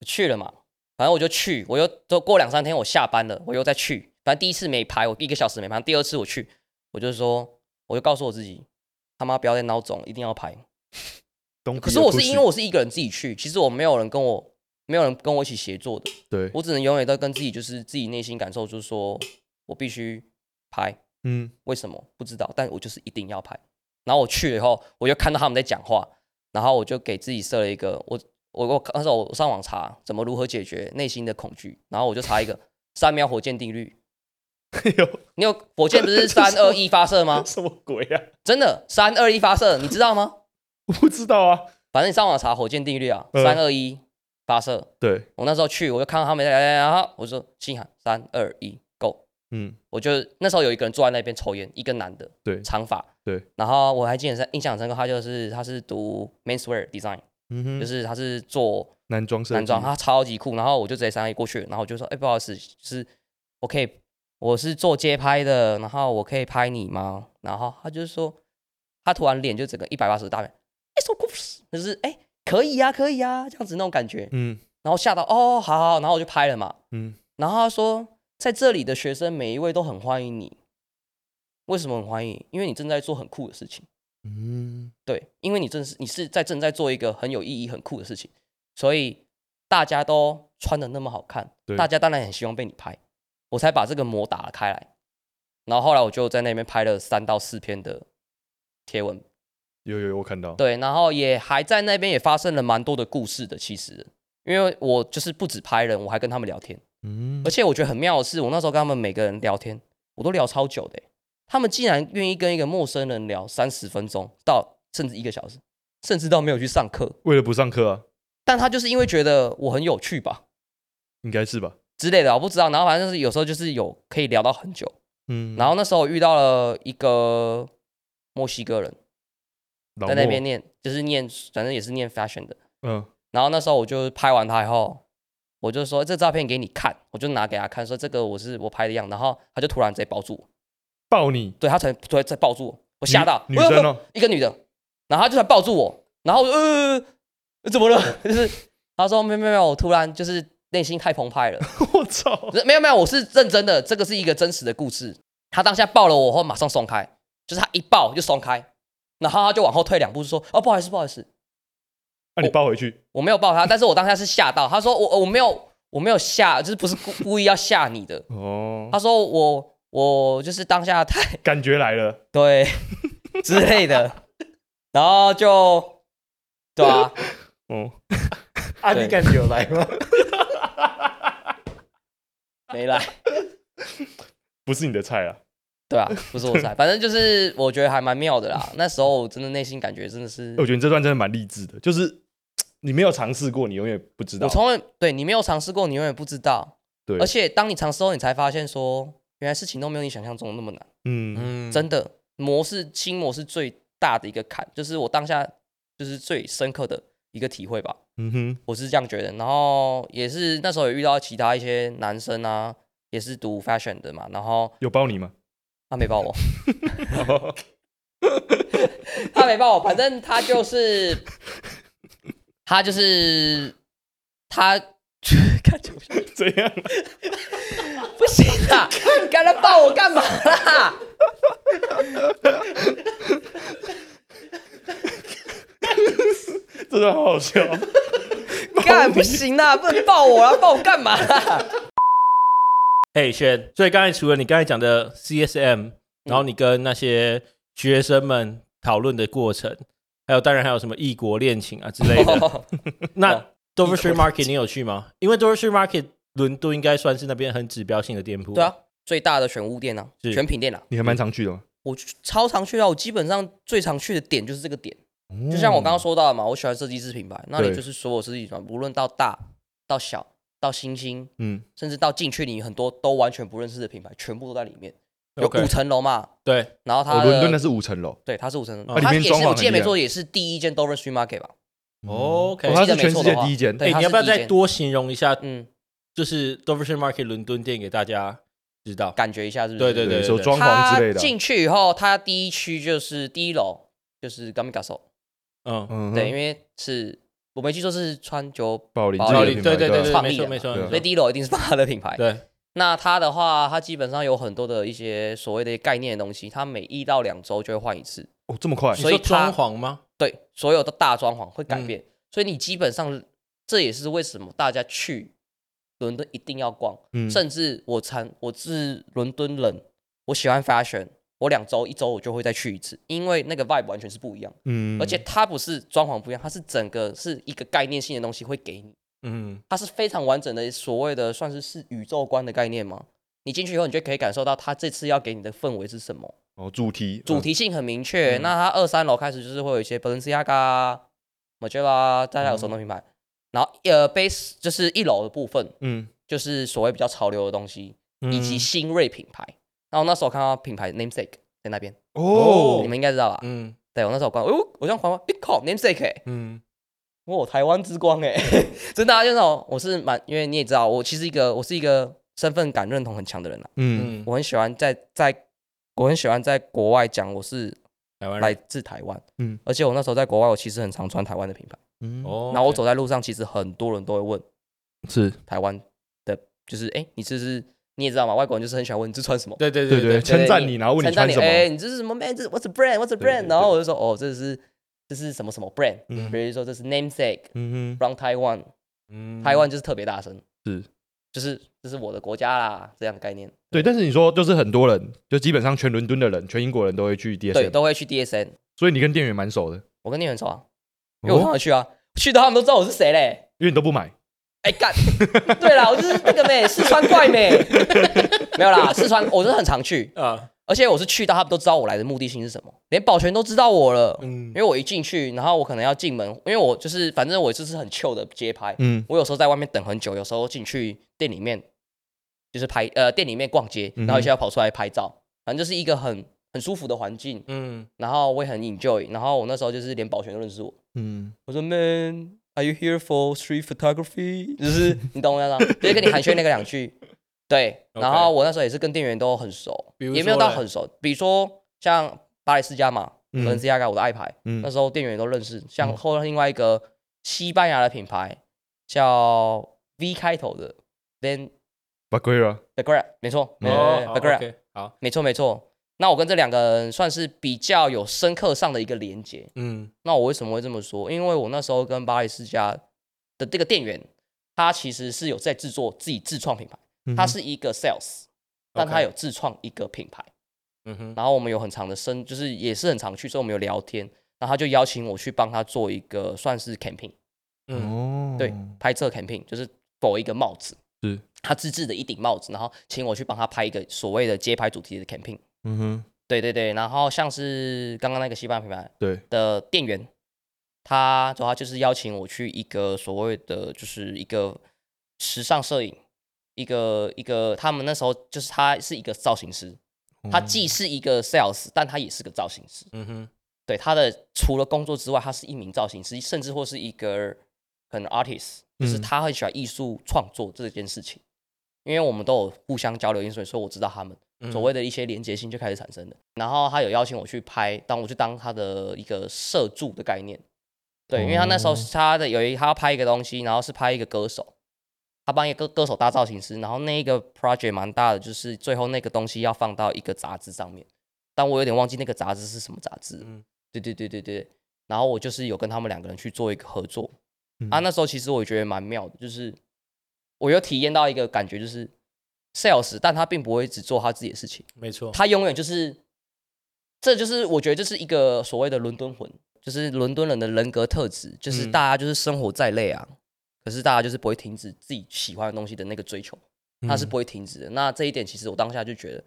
我去了嘛，反正我就去，我又都过两三天我下班了，我又再去。反正第一次没拍，我一个小时没拍，第二次我去，我就说，我就告诉我自己，他妈不要再孬种，一定要拍。东可壁是又我不是因为我是一个人自己去，其实我没有人跟我没有人跟我一起协作的，对，我只能永远都跟自己就是自己内心感受，就是说我必须拍， (laughs) 嗯为什么不知道，但我就是一定要拍。然后我去了以后，我就看到他们在讲话，然后我就给自己设了一个我我我那时候我上网查怎么如何解决内心的恐惧，然后我就查一个三秒火箭定律。有你有火箭不是三二一发射吗？什么鬼啊？真的三二一发射，你知道吗？我不知道啊，反正你上网查火箭定律啊，嗯三二一发射，对，我那时候去，我就看到他们在，然后我说心喊三二一，Go！嗯我就那时候有一个人坐在那边抽烟，一个男的，对，长发，对。然后我还记得印象很深刻，他就是他是读 menswear design，、嗯哼，就是他是做男装设计，男装，他超级酷。然后我就直接三二一过去，然后我就说，哎、不好意思，就是我可以，我是做街拍的，然后我可以拍你吗？然后他就说，他突然脸就整个一百八十度大变，哎、s o cool，就是哎、可以呀、可以呀、这样子那种感觉。嗯然后吓到哦，好好，好然后我就拍了嘛。嗯，然后他说，在这里的学生每一位都很欢迎你。为什么很欢迎？因为你正在做很酷的事情，嗯，对，因为你正是你是在正在做一个很有意义、很酷的事情，所以大家都穿的那么好看，对大家当然很希望被你拍，我才把这个膜打了开来。然后后来我就在那边拍了三到四篇的贴文，有有有，我看到，对，然后也还在那边也发生了蛮多的故事的，其实，因为我就是不止拍人，我还跟他们聊天。嗯而，且我觉得很妙的是，我那时候跟他们每个人聊天，我都聊超久的欸、他们竟然愿意跟一个陌生人聊三十分钟到甚至一个小时，甚至到没有去上课，为了不上课啊，但他就是因为觉得我很有趣吧应该是吧？之类的，啊我不知道。然后反正就是有时候就是有可以聊到很久。嗯，然后那时候我遇到了一个墨西哥人，老在那莫边，念就是念，反正也是念 fashion 的。嗯然后那时候我就拍完他以后，我就说这照片给你看，我就拿给他看，说这个我是我拍的样。然后他就突然直接抱住我。抱 (laughs) 你，对他才突然在抱住我，我吓到，女女生呃哦呃一个女的，然后她就来抱住我，然后我就呃怎么了？ (laughs) 就是她说没有没有没有，我突然就是内心太澎湃了， (laughs) 我操，不是没有没有，我是认真的，这个是一个真实的故事。她当下抱了我后马上松开，就是她一抱就松开，然后她就往后退两步，就说哦不好意思不好意思，那啊你抱回去，我没有抱她，但是我当下是吓到，她说我我没有我没有吓，就是不是故故意要吓你的，哦她，说我我就是当下太感觉来了，对之类的，然后就对啊，哦， (laughs) 啊，对你感觉有来吗？没来，不是你的菜啊，对啊，不是我菜，反正就是我觉得还蛮妙的啦。那时候我真的内心感觉真的是哎哦我，觉得你这段真的蛮励志的，就是你没有尝试过，你永远不知道我，从来对你没有尝试过，你永远不知道。对而且当你尝试后，你才发现说，原来事情都没有你想象中那么难，嗯，嗯真的。模式心魔是最大的一个坎，就是我当下就是最深刻的一个体会吧，嗯哼，我是这样觉得。然后也是那时候也遇到其他一些男生啊，也是读 fashion 的嘛，然后有包你吗？ (laughs) 他没抱我，他没抱我，反正他就是他就是他，看就这样，不行啦，干他抱我干嘛啦？这段好好 (laughs) 笑。干不行啦，不能抱我啦，抱我干嘛 (laughs) 啦？嘿，轩，所以刚才除了你刚才讲的 CSM，然后你跟那些学生们讨论的过程，还有当然还有什么异国恋情啊之类的， (laughs) 那哦 Dover Street Market 你有去吗？因为 Dover Street Market 伦敦应该算是那边很指标性的店铺，对啊，最大的选物店啊，是选品店啊，你还蛮常去的吗？我去超常去啊，我基本上最常去的点就是这个点。 (laughs) 就像我刚刚说到的嘛，我喜欢设计师品牌，那嗯对你就是所有设计师品牌，无论到大到小到新兴，嗯，甚至到进去你很多都完全不认识的品牌，全部都在里面。有 OK 五层楼嘛，对，然后哦，它伦敦的的是五层楼，对，它是五层楼，哦它里也面是装潢我很记得没厉害错，也是第一间 Dover Street Market 吧？ OK 哦嗯我它是记得没全世错的界话第一间，对哎，它你要是不要第一再间多形容一下，嗯，就是 Dover Street Market 伦敦店给大家知道？感觉一下是不是？对对对，有装潢它之类的。进去以后，它第一区就是第一楼就是 Gummy g a s o 嗯，嗯哼，对，因为是我没记错是川久保龄保这道个龄理品对牌对对吧对，创没立错的没错对啊所没错，以第一楼一定是他的品牌。对，那它的话，它基本上有很多的一些所谓的概念的东西，它每一到两周就会换一次。哦，这么快，你所以说装它潢吗？对，所有的大装潢会改变，嗯所以你基本上这也是为什么大家去伦敦一定要逛。嗯甚至我参我是伦敦人，我喜欢 fashion，我两周一周我就会再去一次，因为那个 vibe 完全是不一样，嗯而且它不是装潢不一样，它是整个是一个概念性的东西会给你。嗯，它是非常完整的所谓的算是是宇宙观的概念吗？你进去以后，你就可以感受到它这次要给你的氛围是什么，哦，主题嗯主题性很明确。那它二三楼开始就是会有一些 Balenciaga、Moncler 啊大家有熟嗯能品牌，然后呃 base 就是一楼的部分嗯，就是所谓比较潮流的东西，以及嗯新锐品牌。然后那时候看到品牌 Namesake 在那边，哦你们应该知道吧？嗯对我那时候逛，哎呦，我这样环环，哎靠，Namesake 欸嗯我台湾之光哎、 (laughs) 真的、啊，就是那种我是蛮，因为你也知道，我其实一个我是一个身份感认同很强的人啊，嗯，嗯，我很喜欢在在，我很喜欢在国外讲我是台湾人来自台湾，嗯嗯，而且我那时候在国外，我其实很常穿台湾的品牌，嗯，哦，然后我走在路上，其实很多人都会问是台湾的，就是哎、你这是你也知道嘛，外国人就是很喜欢问你这穿什么，对对对对对，称赞你，然后问称你穿赞什哎、么，你这是什么 man，这 what's a brand，what's 对 a 对 brand，然后我就说哦，这是这是什么什么 brand，嗯比如说这是 namesake。嗯 from Taiwan，嗯台湾就是特别大声，是，就是这是我的国家啦，这样的概念，对，但是你说就是很多人，就基本上全伦敦的人，全英国人都会去对， DSM，都会去 DSN。所以你跟店员蛮熟的，我跟你很熟啊，因为我常哦，常去啊，去到他们都知道我是谁嘞。因为你都不买，哎干， (laughs) 对啦，我就是那个妹，四川怪妹， (laughs) 没有啦，四川我真的很常去，啊，而且我是去到他们都知道我来的目的性是什么，连保全都知道我了，嗯因为我一进去，然后我可能要进门，因为我就是反正我就是很 chill 的街拍，嗯我有时候在外面等很久，有时候进去店里面就是拍呃店里面逛街，嗯哼然后一下要跑出来拍照，反正就是一个很很舒服的环境，嗯然后我也很 enjoy，然后我那时候就是连保全都认识我，嗯，我说 Man。Are you here for street photography？就是 (laughs) 你懂我意思吗？就是跟你寒暄那个两句，对。 OK 然后我那时候也是跟店员都很熟，比如也没有到说嘞很熟。比如说像巴黎世家嘛，嗯跟 C R 我的爱牌，嗯那时候店员也都认识，嗯像后来另外一个西班牙的品牌叫 V 开头的 Van b a g u e r a b e g r a 没错，没哦错好 b e g r a OK，好，没错没错。那我跟这两个人算是比较有深刻上的一个连接。嗯那我为什么会这么说？因为我那时候跟巴黎世家的这个店员，他其实是有在制作自己自创品牌，嗯他是一个 sales，但他嗯 OK 有自创一个品牌。嗯哼，然后我们有很长的深，就是也是很常去，所以我们有聊天。然后他就邀请我去帮他做一个算是 campaign，嗯哦，对，拍摄 campaign 就是否一个帽子，是他自制的一顶帽子，然后请我去帮他拍一个所谓的街拍主题的 campaign。嗯哼，对对对，然后像是刚刚那个西班牙品牌对，的店员，他主要就是邀请我去一个所谓的就是一个时尚摄影，一个一个他们那时候就是他是一个造型师，他既是一个 sales，但他也是个造型师。嗯哼，对他的除了工作之外，他是一名造型师，甚至或是一个可能 artist，就是嗯他很喜欢艺术创作这件事情。因为我们都有互相交流因素，所以我知道他们嗯所谓的一些连结性就开始产生的。然后他有邀请我去拍，当我去当他的一个社助的概念。对，因为他那时候哦他的有一他要拍一个东西，然后是拍一个歌手，他帮一个歌歌手搭造型师，然后那一个 project 蛮大的，就是最后那个东西要放到一个杂志上面，但我有点忘记那个杂志是什么杂志了。嗯对对对对对。然后我就是有跟他们两个人去做一个合作，嗯啊，那时候其实我觉得蛮妙的，就是我有体验到一个感觉，就是 sales，但他并不会只做他自己的事情，没错，他永远就是，这就是我觉得这是一个所谓的伦敦魂，就是伦敦人的人格特质，就是嗯大家就是生活再累啊，可是大家就是不会停止自己喜欢的东西的那个追求，他嗯是不会停止的。那这一点其实我当下就觉得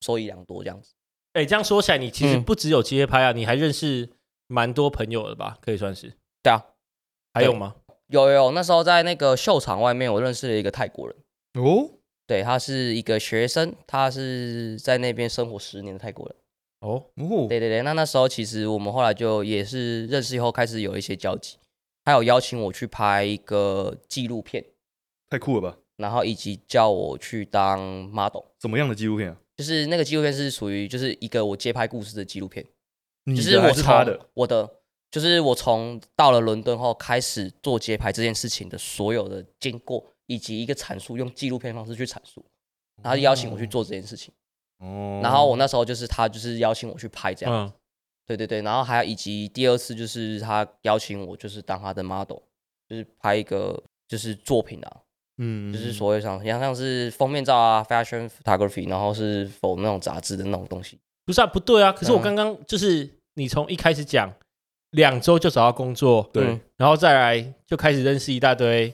收益良多这样子。哎、这样说起来，你其实嗯不只有街拍啊，你还认识蛮多朋友的吧？可以算是。对啊，还有吗？有有有，那时候在那个秀场外面，我认识了一个泰国人。哦对，他是一个学生，他是在那边生活十年的泰国人。哦，哦，对对对，那那时候其实我们后来就也是认识以后开始有一些交集，他有邀请我去拍一个纪录片，太酷了吧？然后以及叫我去当 model，什么样的纪录片啊？就是那个纪录片是属于就是一个我街拍故事的纪录片，你就的是嗯我还是从他的？我的。就是我从到了伦敦后开始做街拍这件事情的所有的经过，以及一个阐述，用纪录片方式去阐述，然后邀请我去做这件事情。哦，然后我那时候就是他就是邀请我去拍这样，嗯，对对对，然后还有以及第二次就是他邀请我就是当他的 model，就是拍一个就是作品啊，嗯就是所谓像像像是封面照啊，fashion photography，然后是否那种杂志的那种东西。不是啊，不对啊。可是我嗯刚刚就是你从一开始讲两周就找到工作，对嗯然后再来就开始认识一大 (laughs) 堆，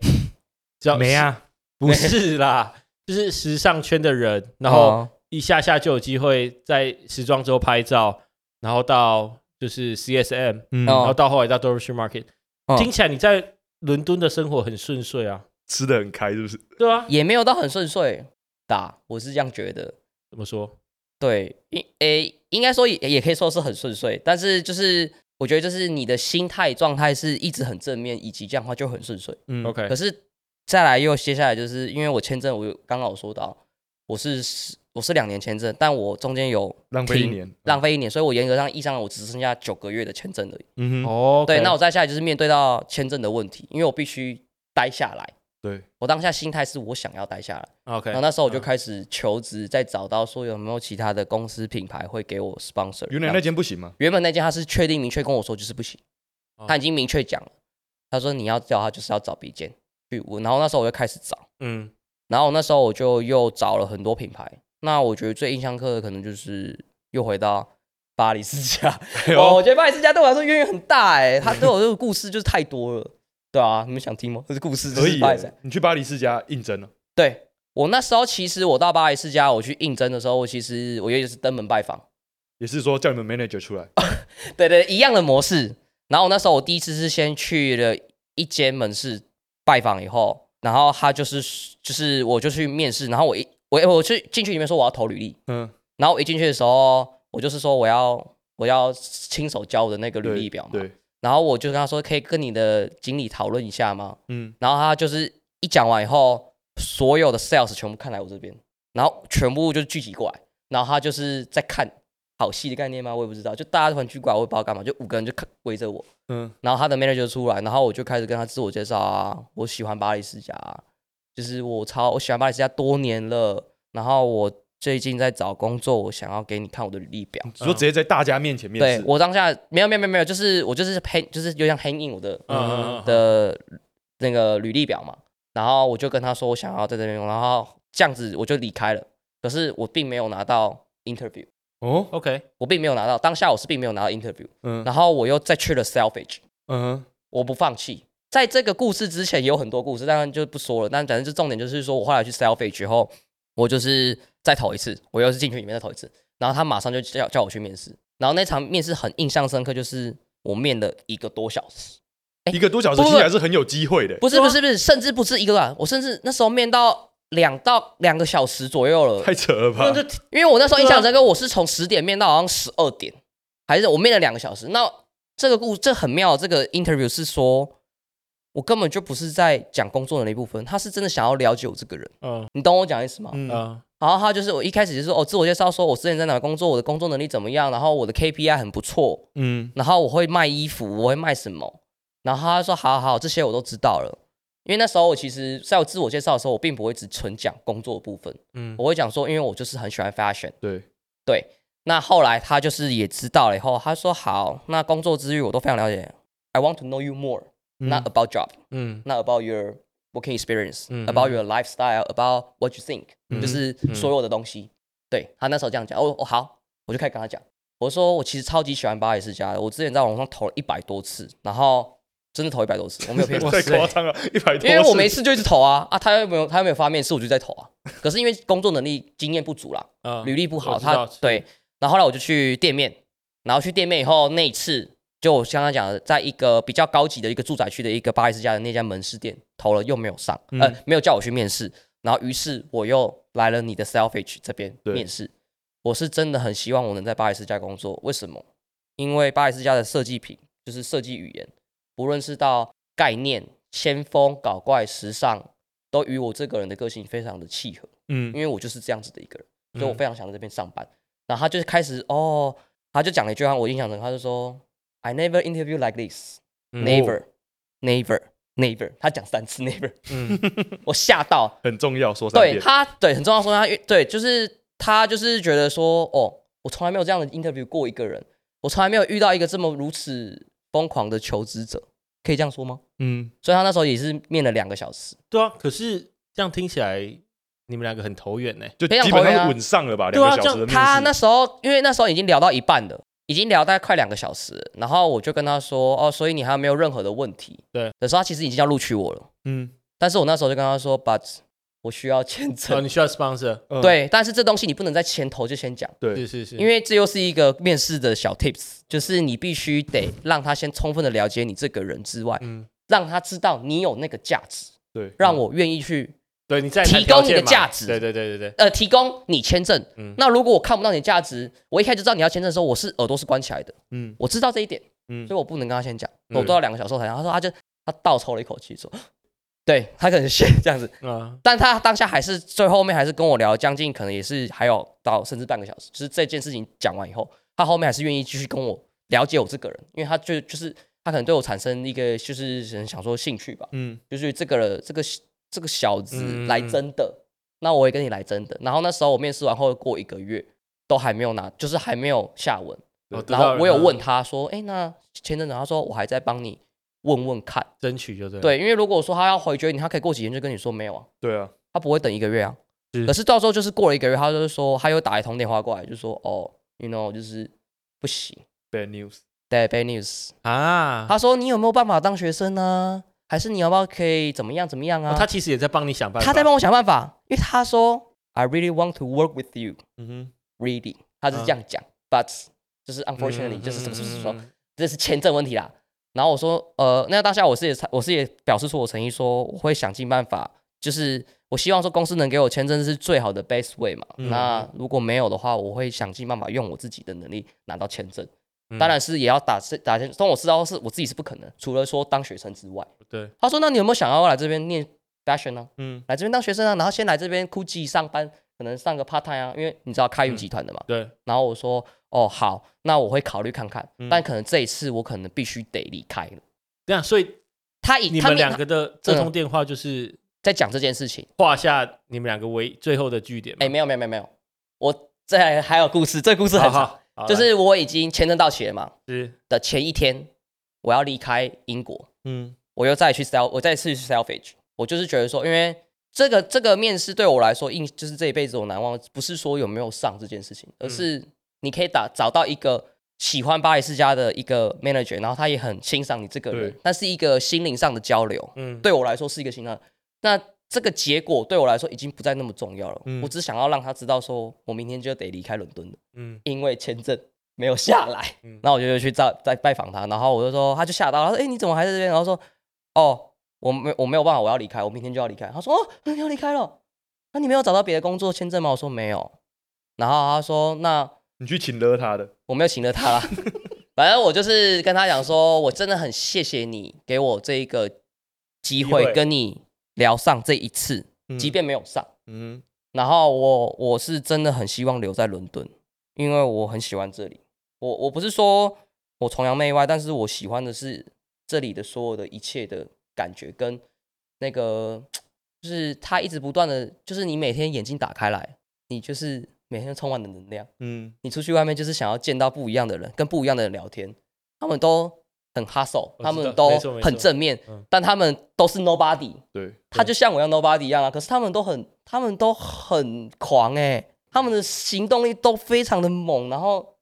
知道没啊？啊，不是啦，就是时尚圈的人，然后哦一下下就有机会在时装周拍照，然后到就是 CSM，嗯，然哦后到后来到 Dover Street Market，、嗯听起来你在伦敦的生活很顺遂啊，吃的很开，是不是？对啊，也没有到很顺遂打，我是这样觉得。怎么说？对，应诶，应该说也也可以说是很顺遂，但是就是我觉得就是你的心态状态是一直很正面，以及这样的话就很顺遂。嗯 OK，可是再来又接下来就是因为我签证，我有刚刚有说到，我是十我是两年签证，但我中间有浪费一停年，浪费一年，所以我严格上意义上我只剩下九个月的签证而已。嗯哼，哦对，那我再下来就是面对到签证的问题，因为我必须待下来。对，那我当下心态是我想要待下来， OK，然后那时候我就开始求职，再找到说有没有其他的公司品牌会给我 sponsor。原来那间不行吗？原本那间他是确定明确跟我说就是不行哦，他已经明确讲了，他说你要叫他就是要找别间去问，然后那时候我就开始找，嗯然后那时候我就又找了很多品牌，那我觉得最印象刻的可能就是又回到巴黎世家， (laughs) 哎哦，我觉得巴黎世家对我来说渊源很大哎，他对我这个故事就是太多了，对啊，你们想听吗？这是故事，可就是以巴黎世家耶，你去巴黎世家应征啊了，对我那时候其实我到巴黎世家我去应征的时候，我其实我也就是登门拜访。也是说叫你们 manager 出来，啊对对，一样的模式。然后那时候我第一次是先去了一间门市拜访以后，然后他就是就是我就去面试，然后我一我我去进去里面说我要投履历，嗯，然后我一进去的时候，我就是说我要我要亲手交我的那个履对历表嘛，对，然后我就跟他说可以跟你的经理讨论一下吗？嗯，然后他就是一讲完以后，所有的 sales 全部看来我这边，然后全部就聚集过来，然后他就是在看好戏的概念吗？我也不知道，就大家都很聚过来，我也不知道干嘛，就五个人就看围着我，嗯，然后他的 manager 就出来，然后我就开始跟他自我介绍啊，我喜欢巴黎世家、啊，就是我超我喜欢巴黎世家多年了，然后我最近在找工作，我想要给你看我的履历表。你说直接在大家面前面对试，我当下没有没有没有没有，就是我就是 hang 就是有点 hang in 我的嗯嗯嗯嗯的那个履历表嘛，然后我就跟他说我想要在这边用，然后这样子我就离开了。可是我并没有拿到 interview，哦， OK，我并没有拿到，当下我是并没有拿到 interview，嗯然后我又再去了 salvage，嗯我不放弃。在这个故事之前也有很多故事，当然就不说了。但反正就重点就是说，我后来去 salvage 后，我就是再投一次，我又是进去里面再投一次，然后他马上就叫叫我去面试。然后那场面试很印象深刻，就是我面了一个多小时，哼，一个多小时哎不听不起来是很有机会的，啊不是不是不是，甚至不是一个多小时，我甚至那时候面到两到两个小时左右了，太扯了吧那？就因为我那时候啊印象很深刻，我是从十点面到好像十二点，还是我面了两个小时。那这个故这很妙，这个 interview 是说我根本就不是在讲工作的那一部分，他是真的想要了解我这个人，嗯你懂我讲的意思吗？嗯啊然后他就是我一开始就是哦，自我介绍说我之前在哪工作，我的工作能力怎么样，然后我的 KPI 很不错，嗯，然后我会卖衣服，我会卖什么，然后他说好好，好这些我都知道了。因为那时候我其实在我自我介绍的时候，我并不会只纯讲工作的部分，嗯，我会讲说，因为我就是很喜欢 fashion。对，对，那后来他就是也知道了以后，他说好，那工作之余我都非常了解。I want to know you more, 嗯 not about job, 嗯 not about your working experience, 嗯 about your lifestyle, about what you think，、嗯就是所有的东西。对他那时候这样讲，哦哦好，我就开始跟他讲，我说我其实超级喜欢巴黎世家的，我之前在网上投了一百多次，然后真的投一百多次，我没有骗 (laughs) 你。太夸张了，一百多，因为我每次就一直投啊啊，他又没有他又没有发面试，我就在投啊。可是因为工作能力经验不足啦，啊履历不好，我知道他对。然后后来我就去店面，然后去店面以后，那一次就我刚刚讲的，在一个比较高级的一个住宅区的一个巴黎世家的那家门市店投了，又没有上，呃，嗯没有叫我去面试。然后于是我又来了你的 Selfridge 这边对面试。我是真的很希望我能在巴黎世家工作，为什么？因为巴黎世家的设计品就是设计语言，不论是到概念、先锋、搞怪、时尚，都与我这个人的个性非常的契合。嗯因为我就是这样子的一个人，所以我非常想在这边上班。然后他就是开始哦，他就讲了一句话，我印象中他就说：“I never interview like this, 嗯 never, never, never。”他讲三次 (laughs) never，嗯我吓到。很重要， (laughs) 说三对遍，他，对很重要说他，对就是他就是觉得说哦，我从来没有这样的 interview 过一个人，我从来没有遇到一个这么如此疯狂的求职者，可以这样说吗？嗯，所以他那时候也是面了两个小时，对啊，可是这样听起来你们两个很投缘呢。就非常基本投缘上啊是稳上了吧，对两啊个小时的面试，他那时候，因为那时候已经聊到一半了，已经聊大概快两个小时了，然后我就跟他说，哦，所以你还没有任何的问题。对的时候，他其实已经要录取我了，嗯，但是我那时候就跟他说，but 我需要签哦，(laughs) 证。你需要 sponsor，嗯，对，但是这东西你不能在前头就先讲，是对，是是，因为这又是一个面试的小 tips，就是你必须得让他先充分的了解你这个人之外，嗯，让他知道你有那个价值，对，让我愿意去对你再谈提供条件你的嘛价值对对对对对，呃提供你签证。嗯那如果我看不到你的价值，我一开始知道你要签证的时候，我是耳朵是关起来的，嗯我知道这一点。嗯所以我不能跟他先讲，嗯我都要两个小时后才讲。他说他就他倒抽了一口气说，对他可能先这样子，啊，但他当下还是最后面还是跟我聊将近，可能也是还有到甚至半个小时。就是这件事情讲完以后，他后面还是愿意继续跟我了解我这个人，因为他就就是他可能对我产生一个就是想说兴趣吧，嗯就是这个这个这个小子嗯来真的，那我也跟你来真的。然后那时候我面试完后过一个月都还没有拿，就是还没有下文。我知然道后了我有嗯问他说：“哎、那签证呢？”他说：“我还在帮你问问看。争取就对”了，对，因为如果说他要回绝你，他可以过几天就跟你说没有啊，对啊，他不会等一个月啊是。可是到时候就是过了一个月，他就是说他又打一通电话过来，就说：“哦，you know，就是不行 bad news， ，bad bad news。啊，他说：“你有没有办法当学生呢、还是你要不要可以怎么样怎么样啊？”哦他其实也在帮你想办法，他在帮我想办法，因为他说 “I really want to work with you, 嗯哼， really”，他是这样讲、b u t 就是嗯 unfortunately、就是什么什么什么什么。，嗯这是签证问题啦。然后我说，呃，那当下我是也我是也表示出我诚意，说我会想尽办法，就是我希望说公司能给我签证是最好的 best way 嘛。那如果没有的话，我会想尽办法用我自己的能力拿到签证。嗯当然是也要打打签，但我知道是我自己是不可能，除了说当学生之外。嗯对，他说，那你有没有想要来这边念 fashion 呢、嗯来这边当学生啊，然后先来这边 Gucci 上班，可能上个 part time 啊，因为你知道嗯开运集团的嘛。对，然后我说，哦，好，那我会考虑看看，嗯但可能这一次我可能必须得离开了。这样，所以他以你哎他们们嗯两他个的这通电话就是在讲这件事情，画下你们两个为最后的据点嘛，哎，没有没有没有没有，我这还有故事，这故事好很长，好，好就来是我已经签证到期了嘛是的前一天，我要离开英国，嗯我又再去 sell，我再次去 selfage，我就是觉得说，因为这个这个面试对我来说，印就是这一辈子我难忘，不是说有没有上这件事情，嗯而是你可以打找到一个喜欢巴黎世家的一个 manager，然后他也很欣赏你这个人对，那是一个心灵上的交流，嗯，对我来说是一个欣赏。那这个结果对我来说已经不再那么重要了，嗯我只想要让他知道说，我明天就得离开伦敦了，嗯因为签证。没有下来，嗯那我就去再再拜访他，然后我就说，他就吓到，他说：“哎、你怎么还在这边？”然后说：“哦，我没我没有办法，我要离开，我明天就要离开。”他说：“哦，你要离开了。”那你没有找到别的工作签证吗？我说没有。然后他说那你去请了他的，我没有请了他啦。 (laughs) 反正我就是跟他讲说，我真的很谢谢你给我这一个机机会会跟你聊上这一次，嗯即便没有上。嗯然后我我是真的很希望留在伦敦，因为我很喜欢这里。我我不是说我崇洋媚外，但是我喜欢的是这里的所有的一切的感觉跟那个，就是它一直不断的，就是你每天眼睛打开来，你就是每天都充满了能量。嗯，你出去外面就是想要见到不一样的人，跟不一样的人聊天，他们都很 hustle，我知道他们都没错没错很正面嗯，但他们都是 nobody，对，他就像我一样 nobody 一样啊，可是他们都很，他们都很狂哎、他们的行动力都非常的猛，然后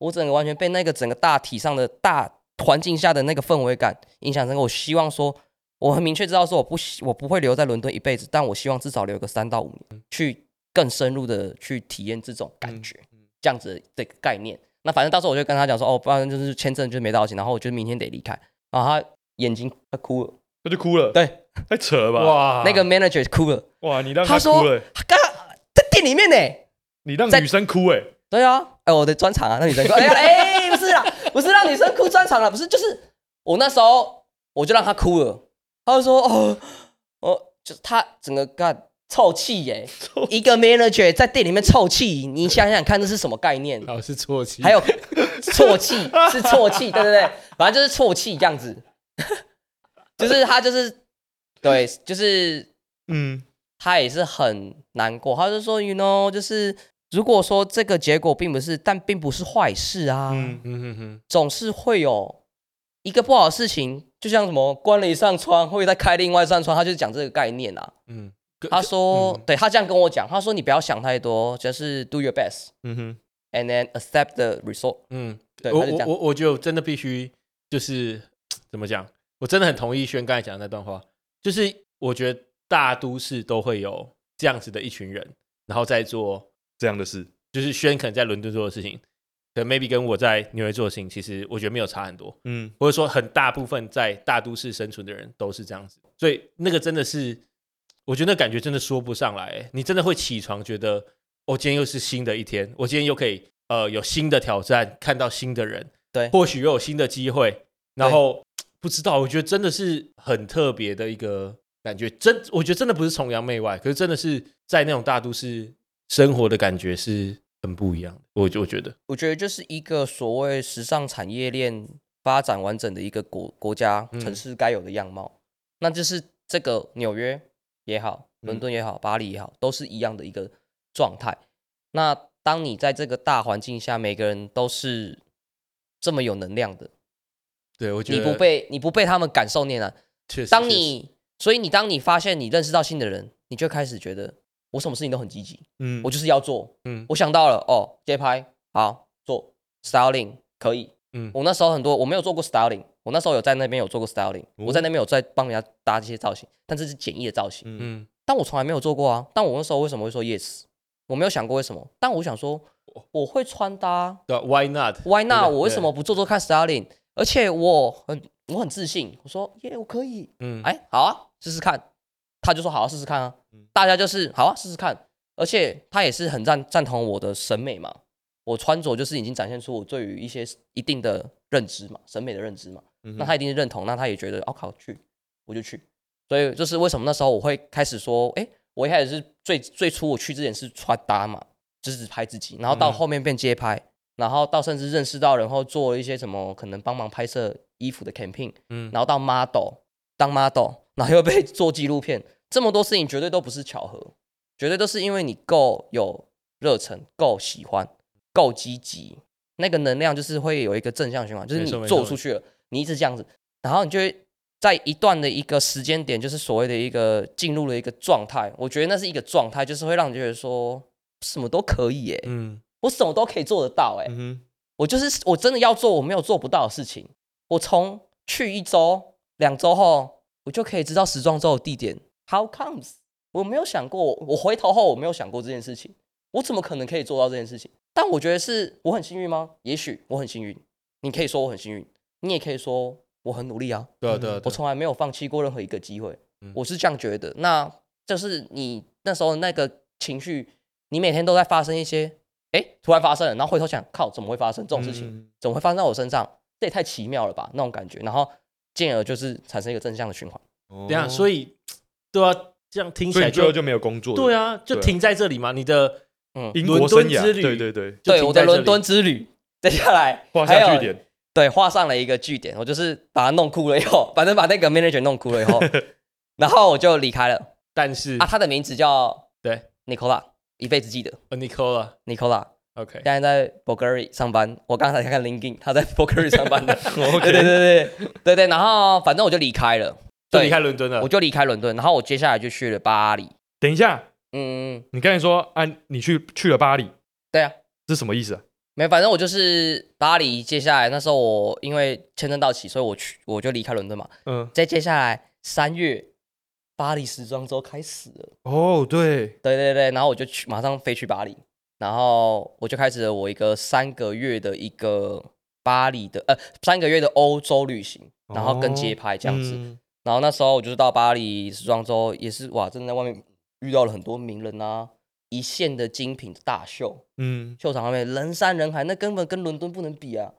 我整个完全被那个整个大体上的大环境下的那个氛围感影响。整个我希望说，我很明确知道说我不希我不会留在伦敦一辈子，但我希望至少留个三到五年，去更深入的去体验这种感觉，这样子的概念。那反正到时候我就跟他讲说，哦，不然就是签证就是没到期，然后我就明天得离开。然后他眼睛他哭了，他就哭了，对，太扯了吧？哇那个 manager 哭了。哇，你让他说哭了，刚在店里面呢、你让在女生哭哎，对啊，哎、我的专场啊，那女生说， (laughs) 哎呀，哎、不是啦，不是让女生哭专场了，不是，就是我那时候我就让她哭了，她就说，哦，哦，就是她整个干臭气耶、一个 manager 在店里面臭气，你想想看这是什么概 (laughs) 念？老是错期，还有啜泣是啜泣，对对对，反正就是啜泣这样子， (laughs) 就是他就是对，就是嗯，他也是很难过，他就说，you know，就是如果说这个结果并不是，但并不是坏事啊，嗯嗯哼哼，总是会有一个不好的事情，就像什么关了一扇窗，会再开另外一扇窗，他就是讲这个概念啊。嗯，他说，嗯对他这样跟我讲，他说你不要想太多，就是 do your best 嗯哼， and then accept the result。嗯，对，我他就我讲我我觉得我真的必须就是怎么讲，我真的很同意轩刚才讲的那段话，就是我觉得大都市都会有这样子的一群人，然后在做这样的事，就是轩可能在伦敦做的事情，可能 maybe 跟我在纽约做的事情，其实我觉得没有差很多，嗯，或者说很大部分在大都市生存的人都是这样子，所以那个真的是，我觉得那感觉真的说不上来、欸你真的会起床觉得，哦，今天又是新的一天，我今天又可以呃有新的挑战，看到新的人，对或许又有新的机会，然后不知道，我觉得真的是很特别的一个感觉，真我觉得真的不是崇洋媚外，可是真的是在那种大都市生活的感觉是很不一样的，我我觉得，我觉得就是一个所谓时尚产业链发展完整的一个国国家嗯城市该有的样貌，那就是这个纽约也好，伦嗯敦也好，巴黎也好，都是一样的一个状态。那当你在这个大环境下，每个人都是这么有能量的，对我觉你得不被你不被他们感受念啊。确实，当确实你所以你当你发现你认识到新的人，你就开始觉得我什么事情都很积极，嗯，我就是要做。嗯嗯，我想到了，哦，街拍好做，styling 可以。嗯嗯，我那时候很多我没有做过 styling，我那时候有在那边有做过 styling，、我在那边有在帮人家搭这些造型，但这是简易的造型，嗯，嗯但我从来没有做过啊。但我那时候为什么会说 yes？我没有想过为什么，但我想说我会穿搭对啊，Why not？对，Why not？对我为什么不做做看 styling？而且我很我很自信，我说耶我可以，嗯，哎，好啊，试试看。他就说好啊，试试看啊嗯。大家就是好啊，试试看。而且他也是很赞赞同我的审美嘛，我穿着就是已经展现出我对于一些一定的认知嘛，审美的认知嘛。嗯哼那他一定是认同，那他也觉得哦靠去，我就去。所以就是为什么那时候我会开始说，哎，我一开始是最最初我去之前是穿搭嘛，就是只拍自己，然后到嗯后面变街拍，然后到甚至认识到，然后做一些什么可能帮忙拍摄衣服的 campaign，嗯嗯，然后到 model 当 model，然 (laughs) 后又被做纪录片，这么多事情绝对都不是巧合，绝对都是因为你够有热忱、够喜欢、够积极，那个能量就是会有一个正向循环，就是没错你没做错出去了，你一直这样子，然后你就会在一段的一个时间点，就是所谓的一个进入了一个状态，我觉得那是一个状态，就是会让你觉得说什么都可以耶、嗯我什么都可以做得到哎、嗯哼，我就是我真的要做我没有做不到的事情。我从去一周、两周后，我就可以知道时装周的地点。How comes？我没有想过，我回头后我没有想过这件事情，我怎么可能可以做到这件事情？但我觉得是我很幸运吗？也许我很幸运，你可以说我很幸运，你也可以说我很努力啊。对啊对啊，对啊我从来没有放弃过任何一个机会嗯，我是这样觉得。那就是你那时候那个情绪，你每天都在发生一些，哎，突然发生了，然后回头想，靠，怎么会发生这种事情？嗯怎么会发生在我身上？这也太奇妙了吧，那种感觉，然后进而就是产生一个正向的循环。等一下，以所以对啊，这样听起所以来你最后就就没有工作，对啊，啊，就对停在这里嘛。你的嗯，英国伦生敦涯之，旅对对对，就对，停我的在这伦里敦之旅，接下来画还下有句点。对，画上了一个句点。我就是把他弄哭了以后，反正把那个 manager 弄哭 (laughs) 了以后，然后我就离开了。但是啊，他的名字叫对 Nicola，一辈子记得 n i c o l a Nicola。啊 OK，现在在 Bulgari 上班，我刚才看 LinkedIn，他在 Bulgari 上 (laughs) 班的。对 OK，对对对对对，然后反正我就离开了，就对离开伦敦了我。就离开伦敦，然后我接下来就去了巴黎。等一下，嗯，你刚才说啊，你去去了巴黎，对啊，这是什么意思啊？没，反正我就是巴黎。接下来那时候我因为签证到期，所以我去我就离开伦敦嘛。嗯，再接下来三月，巴黎时装周开始了。哦，对，对对对，然后我就去，马上飞去巴黎，然后我就开始了我一个三个月的一个巴黎的呃三个月的欧洲旅行，然后跟街拍这样子。嗯然后那时候我就是到巴黎时装周，也是哇，真的在外面遇到了很多名人啊，一线的精品大秀，嗯，秀场上面人山人海，那根本跟伦敦不能比啊！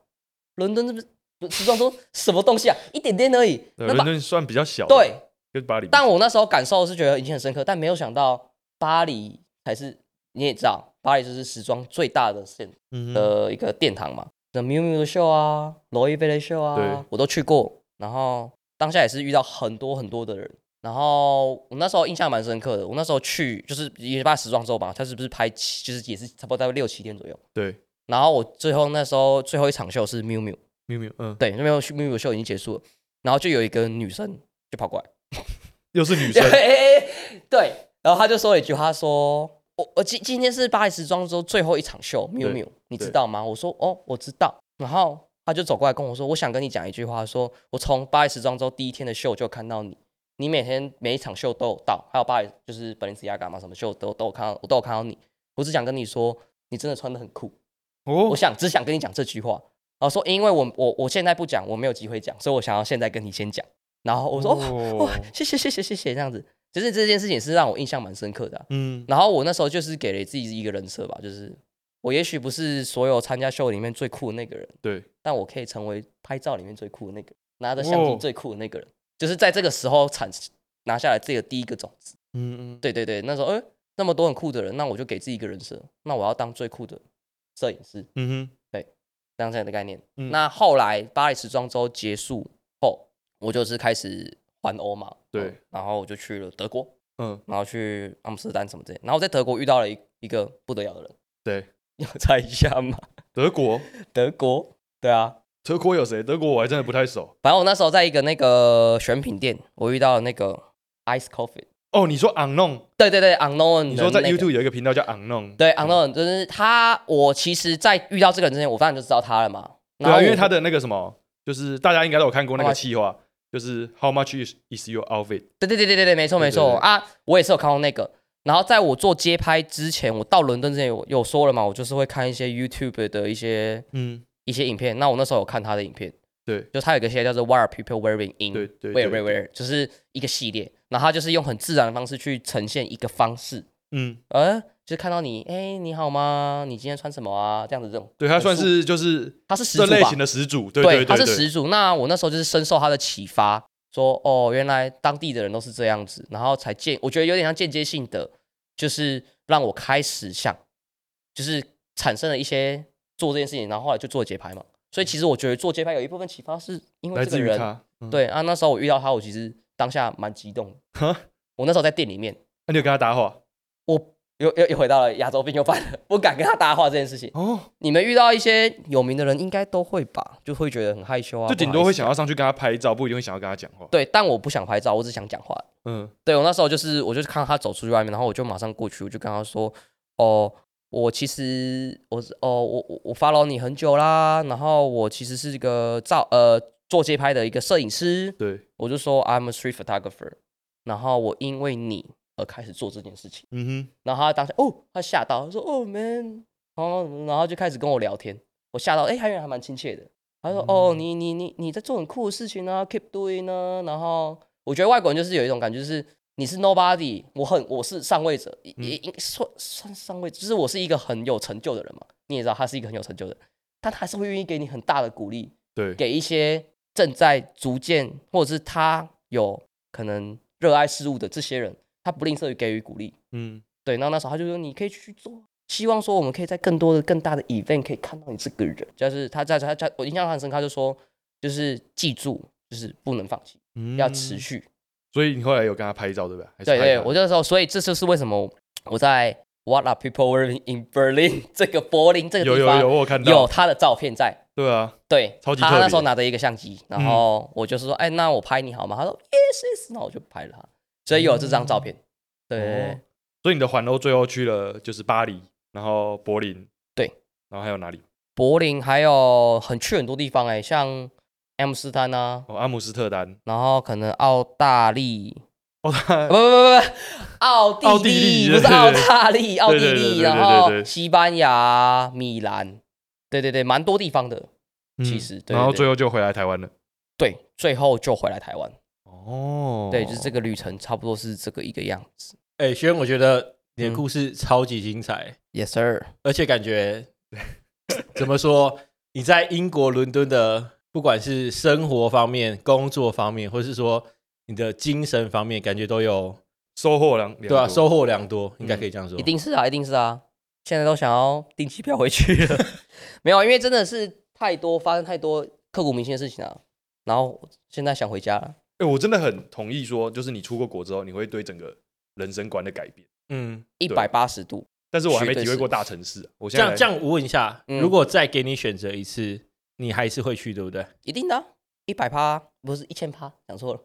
伦敦这不是不时装周什么东西啊， (laughs) 一点点而已。对那伦巴敦算比较小，对，，跟巴黎比，但我那时候感受是觉得已经很深刻，但没有想到巴黎才是你也知道，巴黎就是时装最大的现嗯哼的一个殿堂嘛。The Miu Miu 的秀啊，Louis V 的秀对啊，我都去过。然后当下也是遇到很多很多的人。然后我那时候印象蛮深刻的，我那时候去就是也把时装周嘛，他是不是拍七就是也是差不多大概六七天左右。对，然后我最后那时候最后一场秀是 Miu Miu，没有没有，嗯，对，那边 Miu Miu 秀已经结束了，然后就有一个女生就跑过来。又是女生 (laughs) 对，哎哎对，然后他就说了一句，他说：“我我今今天是巴黎时装周最后一场秀，miu miu，你知道吗？”我说：“哦，我知道。”然后他就走过来跟我说：“我想跟你讲一句话，说我从巴黎时装周第一天的秀就看到你，你每天每一场秀都有到，还有巴黎就是本林斯亚嘎嘛，什么秀都都有看到，我都有看到你。我只想跟你说，你真的穿的很酷。我哦，想只想跟你讲这句话。”然后说：“因为我我我现在不讲，我没有机会讲，所以我想要现在跟你先讲。”然后我说：“哦，哇哦，，谢谢谢谢谢谢，这样子，就是这件事情是让我印象蛮深刻的啊、嗯，然后我那时候就是给了自己一个人设吧，就是我也许不是所有参加秀里面最酷的那个人，对，但我可以成为拍照里面最酷的那个人，拿着相机哇最酷的那个人，就是在这个时候产拿下来自己的第一个种子。嗯嗯，对对对，那时候哎、那么多很酷的人，那我就给自己一个人设，那我要当最酷的摄影师，嗯哼，这样这样的概念。嗯那后来巴黎时装周结束后，我就是开始环欧嘛，嗯对，然后我就去了德国。嗯，然后去阿姆斯特丹什么之类。然后我在德国遇到了一一个不得了的人， (laughs) 对，要猜一下吗？德国，德国？对啊，德国有谁？德国我还真的不太熟。反正我那时候在一个那个选品店，我遇到了那个 Ice Coffee，哦，你说 unknown，对对对，Unknown，你说在的嗯那个 YouTube 嗯有一个频道叫 unknown，啊对 Unknown，就是他。我其实，在遇到这个人之前，我当然就知道他了嘛。对然后啊，我因为他的那个什么，就是大家应该都有看过那 How 个 much- 企划，就是 How much is is your outfit？对对对对对对，没错对没对错对啊，我也是有看过那个。然后在我做街拍之前，我到伦敦之前有有说了嘛，我就是会看一些 YouTube 的一些嗯，一些影片。那我那时候有看他的影片，对就他有一个系列叫做 What Are People Wearing in 对对 Where 对 Where Where，就是一个系列，然后他就是用很自然的方式去呈现一个方式，嗯，呃，就是看到你，哎、你好吗？你今天穿什么啊？这样子这种，对他很算素是就是他是始这祖类吧型？的始祖，对对，对他是对，始祖。那我那时候就是深受他的启发，说哦，原来当地的人都是这样子，然后才间，我觉得有点像间接性的，就是让我开始想，就是产生了一些做这件事情，然后后来就做节拍嘛。所以其实我觉得做节拍有一部分启发是因为来这个自于人，他。嗯，对啊，那时候我遇到他，我其实当下蛮激动的。 (laughs) 哈我那时候在店里面，那你有跟他搭话我又又又回到了亚洲病又犯了，不敢跟他搭话这件事情。哦，你们遇到一些有名的人，应该都会吧，就会觉得很害羞啊，就不顶好多意会思想要上去跟他拍照，不一定会想要跟他讲话。对，但我不想拍照，我只想讲话。嗯，对我那时候就是，我就是看到他走出去外面，然后我就马上过去，我就跟他说：“哦，我其实我是哦，我我我 follow 你很久啦，然后我其实是一个照呃做街拍的一个摄影师，对，我就说 I'm a street photographer，然后我因为你而开始做这件事情。”嗯然后他当下哦，他吓到，他说哦 man，然后然后就开始跟我聊天，我吓到，哎，他原来还蛮亲切的。他说哦，你你你你在做很酷的事情啊，keep doing 呢、然后我觉得外国人就是有一种感觉，就是你是 nobody，我很我是上位者，也也应算算上位者，就是我是一个很有成就的人嘛。你也知道他是一个很有成就的人，但他还是会愿意给你很大的鼓励，对，给一些正在逐渐或者是他有可能热爱事物的这些人，他不吝啬于给予鼓励。嗯，对，然后那时候他就说你可以去做，希望说我们可以在更多的、更大的 event 可以看到你这个人。就是他在他他我印象很深刻，他就说就是记住，就是不能放弃，要持嗯。续。所以你后来有跟他拍照对吧？还是对拍对，他我那时候，所以这就是为什么我在 What are people wearing in Berlin (laughs) 这个柏林这个有地有方有我有看有到，他的照片在。对啊，对，超级他特那时候别嗯拿着一个相机，然后我就是说，哎，那我拍你好吗？他说 Yes Yes，那我就拍了他，所以有这张照片。对对对哦所以你的环欧最后去了就是巴黎，然后柏林，对，然后还有哪里？柏林还有很去很多地方哎、像阿姆斯特丹啊，哦，阿姆斯特丹，然后可能澳大利，啊哦，他不不不不，奥地奥地利不是对对澳大利，奥地对对对利，对然对对后对西班牙、米兰，对对对，蛮多地方的。其实嗯对然后对最后就回来台湾了。对，最后就回来台湾。哦，对，就是这个旅程差不多是这个一个样子。哎，轩，我觉得你嗯的故事超级精彩， Yes sir，而且感觉怎么说？你在英国伦敦的，不管是生活方面、工作方面，或是说你的精神方面，感觉都有收获良，对对啊，收获良多，应该可以这样说。嗯一定是啊，一定是啊，现在都想要订机票回去了。没有啊，因为真的是太多发生太多刻骨铭心的事情啊，然后现在想回家了。哎、我真的很同意说，就是你出过国之后，你会对整个人生观的改变。嗯，一百八十度，但是我还没绝对体会是过大城市啊、我这现在样这样，我问一下，嗯如果再给你选择一次，你还是会去，对不对？一定的啊、一百趴不是一千趴，讲错了，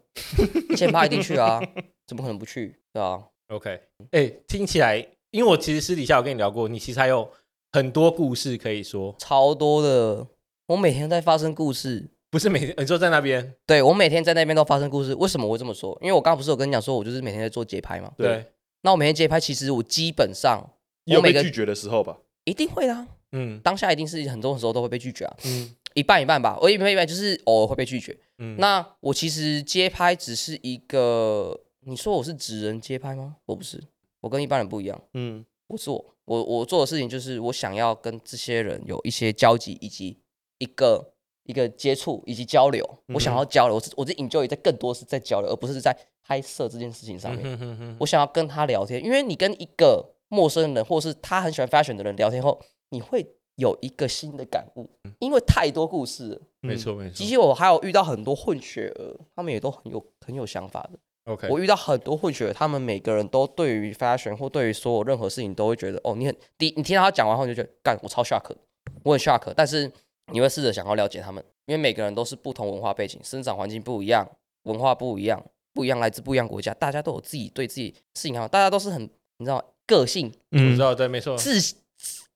一千趴一定去啊，怎么可能不去？对啊， OK，哎、听起来，因为我其实私底下有跟你聊过，你其实还有很多故事可以说，超多的，我每天在发生故事，不是每天你说在那边，对我每天在那边都发生故事。为什么我会这么说？因为我刚刚不是有跟你讲说，我就是每天在做节拍嘛。对对，那我每天节拍，其实我基本上你我有每被个拒绝的时候吧？一定会啊，嗯当下一定是很多时候都会被拒绝啊，嗯一半一半吧，我一半一半就是偶尔会被拒绝。嗯，那我其实街拍只是一个，你说我是职人街拍吗？我不是，我跟一般人不一样。嗯，我做我我做的事情就是我想要跟这些人有一些交集，以及一个一个接触以及交流。我想要嗯交流，我是我是 enjoy 在更多是在交流，而不是在拍摄这件事情上面。嗯哼哼哼我想要跟他聊天，因为你跟一个陌生人或是他很喜欢 fashion 的人聊天后，你会有一个新的感悟，因为太多故事了。嗯没错没错其实我还有遇到很多混血儿，他们也都很有很有想法的。 ，OK，我遇到很多混血儿，他们每个人都对于 fashion 或对于所有任何事情都会觉得，哦，你很第一你听到他讲完后，你就觉得，干，我超 shock，的我很 shock，但是你会试着想要了解他们，因为每个人都是不同文化背景、生长环境不一样，文化不一样，不一样来自不一样国家，大家都有自己对自己事情看法，大家都是很你知道个性我嗯知，道，对，没错，自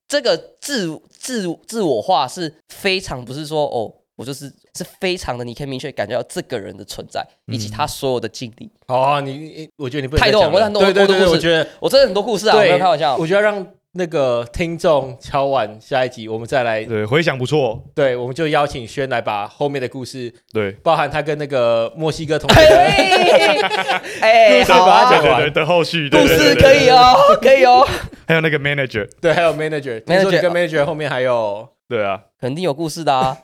这个自自自我化是非常不是说哦，我就是是非常的，你可以明确感觉到这个人的存在以及他所有的经历。好啊，你你我觉得你不能太再多讲了我很多对对我多对，故我事觉得我真的很多故事啊，我没有对，开玩笑。我觉得让那个听众敲完下一集，我们再来，嗯对，回想不错，哦对，我们就邀请轩来把后面的故事，对，包含他跟那个墨西哥同学的，哎 (laughs) 哎，好把它讲对啊，对完对的后续，故对对事对对可以哦，可以哦， (laughs) 还有那个 manager，对，还有 manager，听说你 manager 跟 manager 后面还有。对啊，肯定有故事的啊。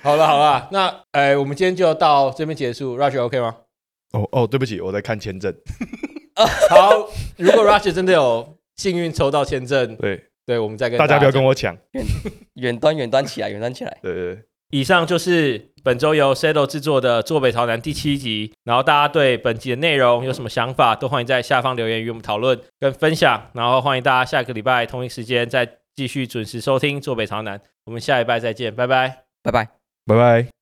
好了好了，那呃，我们今天就到这边结束。Rush OK 吗？哦哦，对不起，我在看签证，好，如果 Rush 真的有幸运抽到签证，对，对我们再跟大家不要跟我。我抢，远端远端起来，远端起来，对对对，以上就是本周由 Saddle 制作的《坐北朝南》第七集。然后大家对本集的内容有什么想法，都欢迎在下方留言与我们讨论跟分享。然后欢迎大家下个礼拜同一时间再继续准时收听《坐北朝南》，我们下礼拜再见，拜拜。拜拜。拜拜。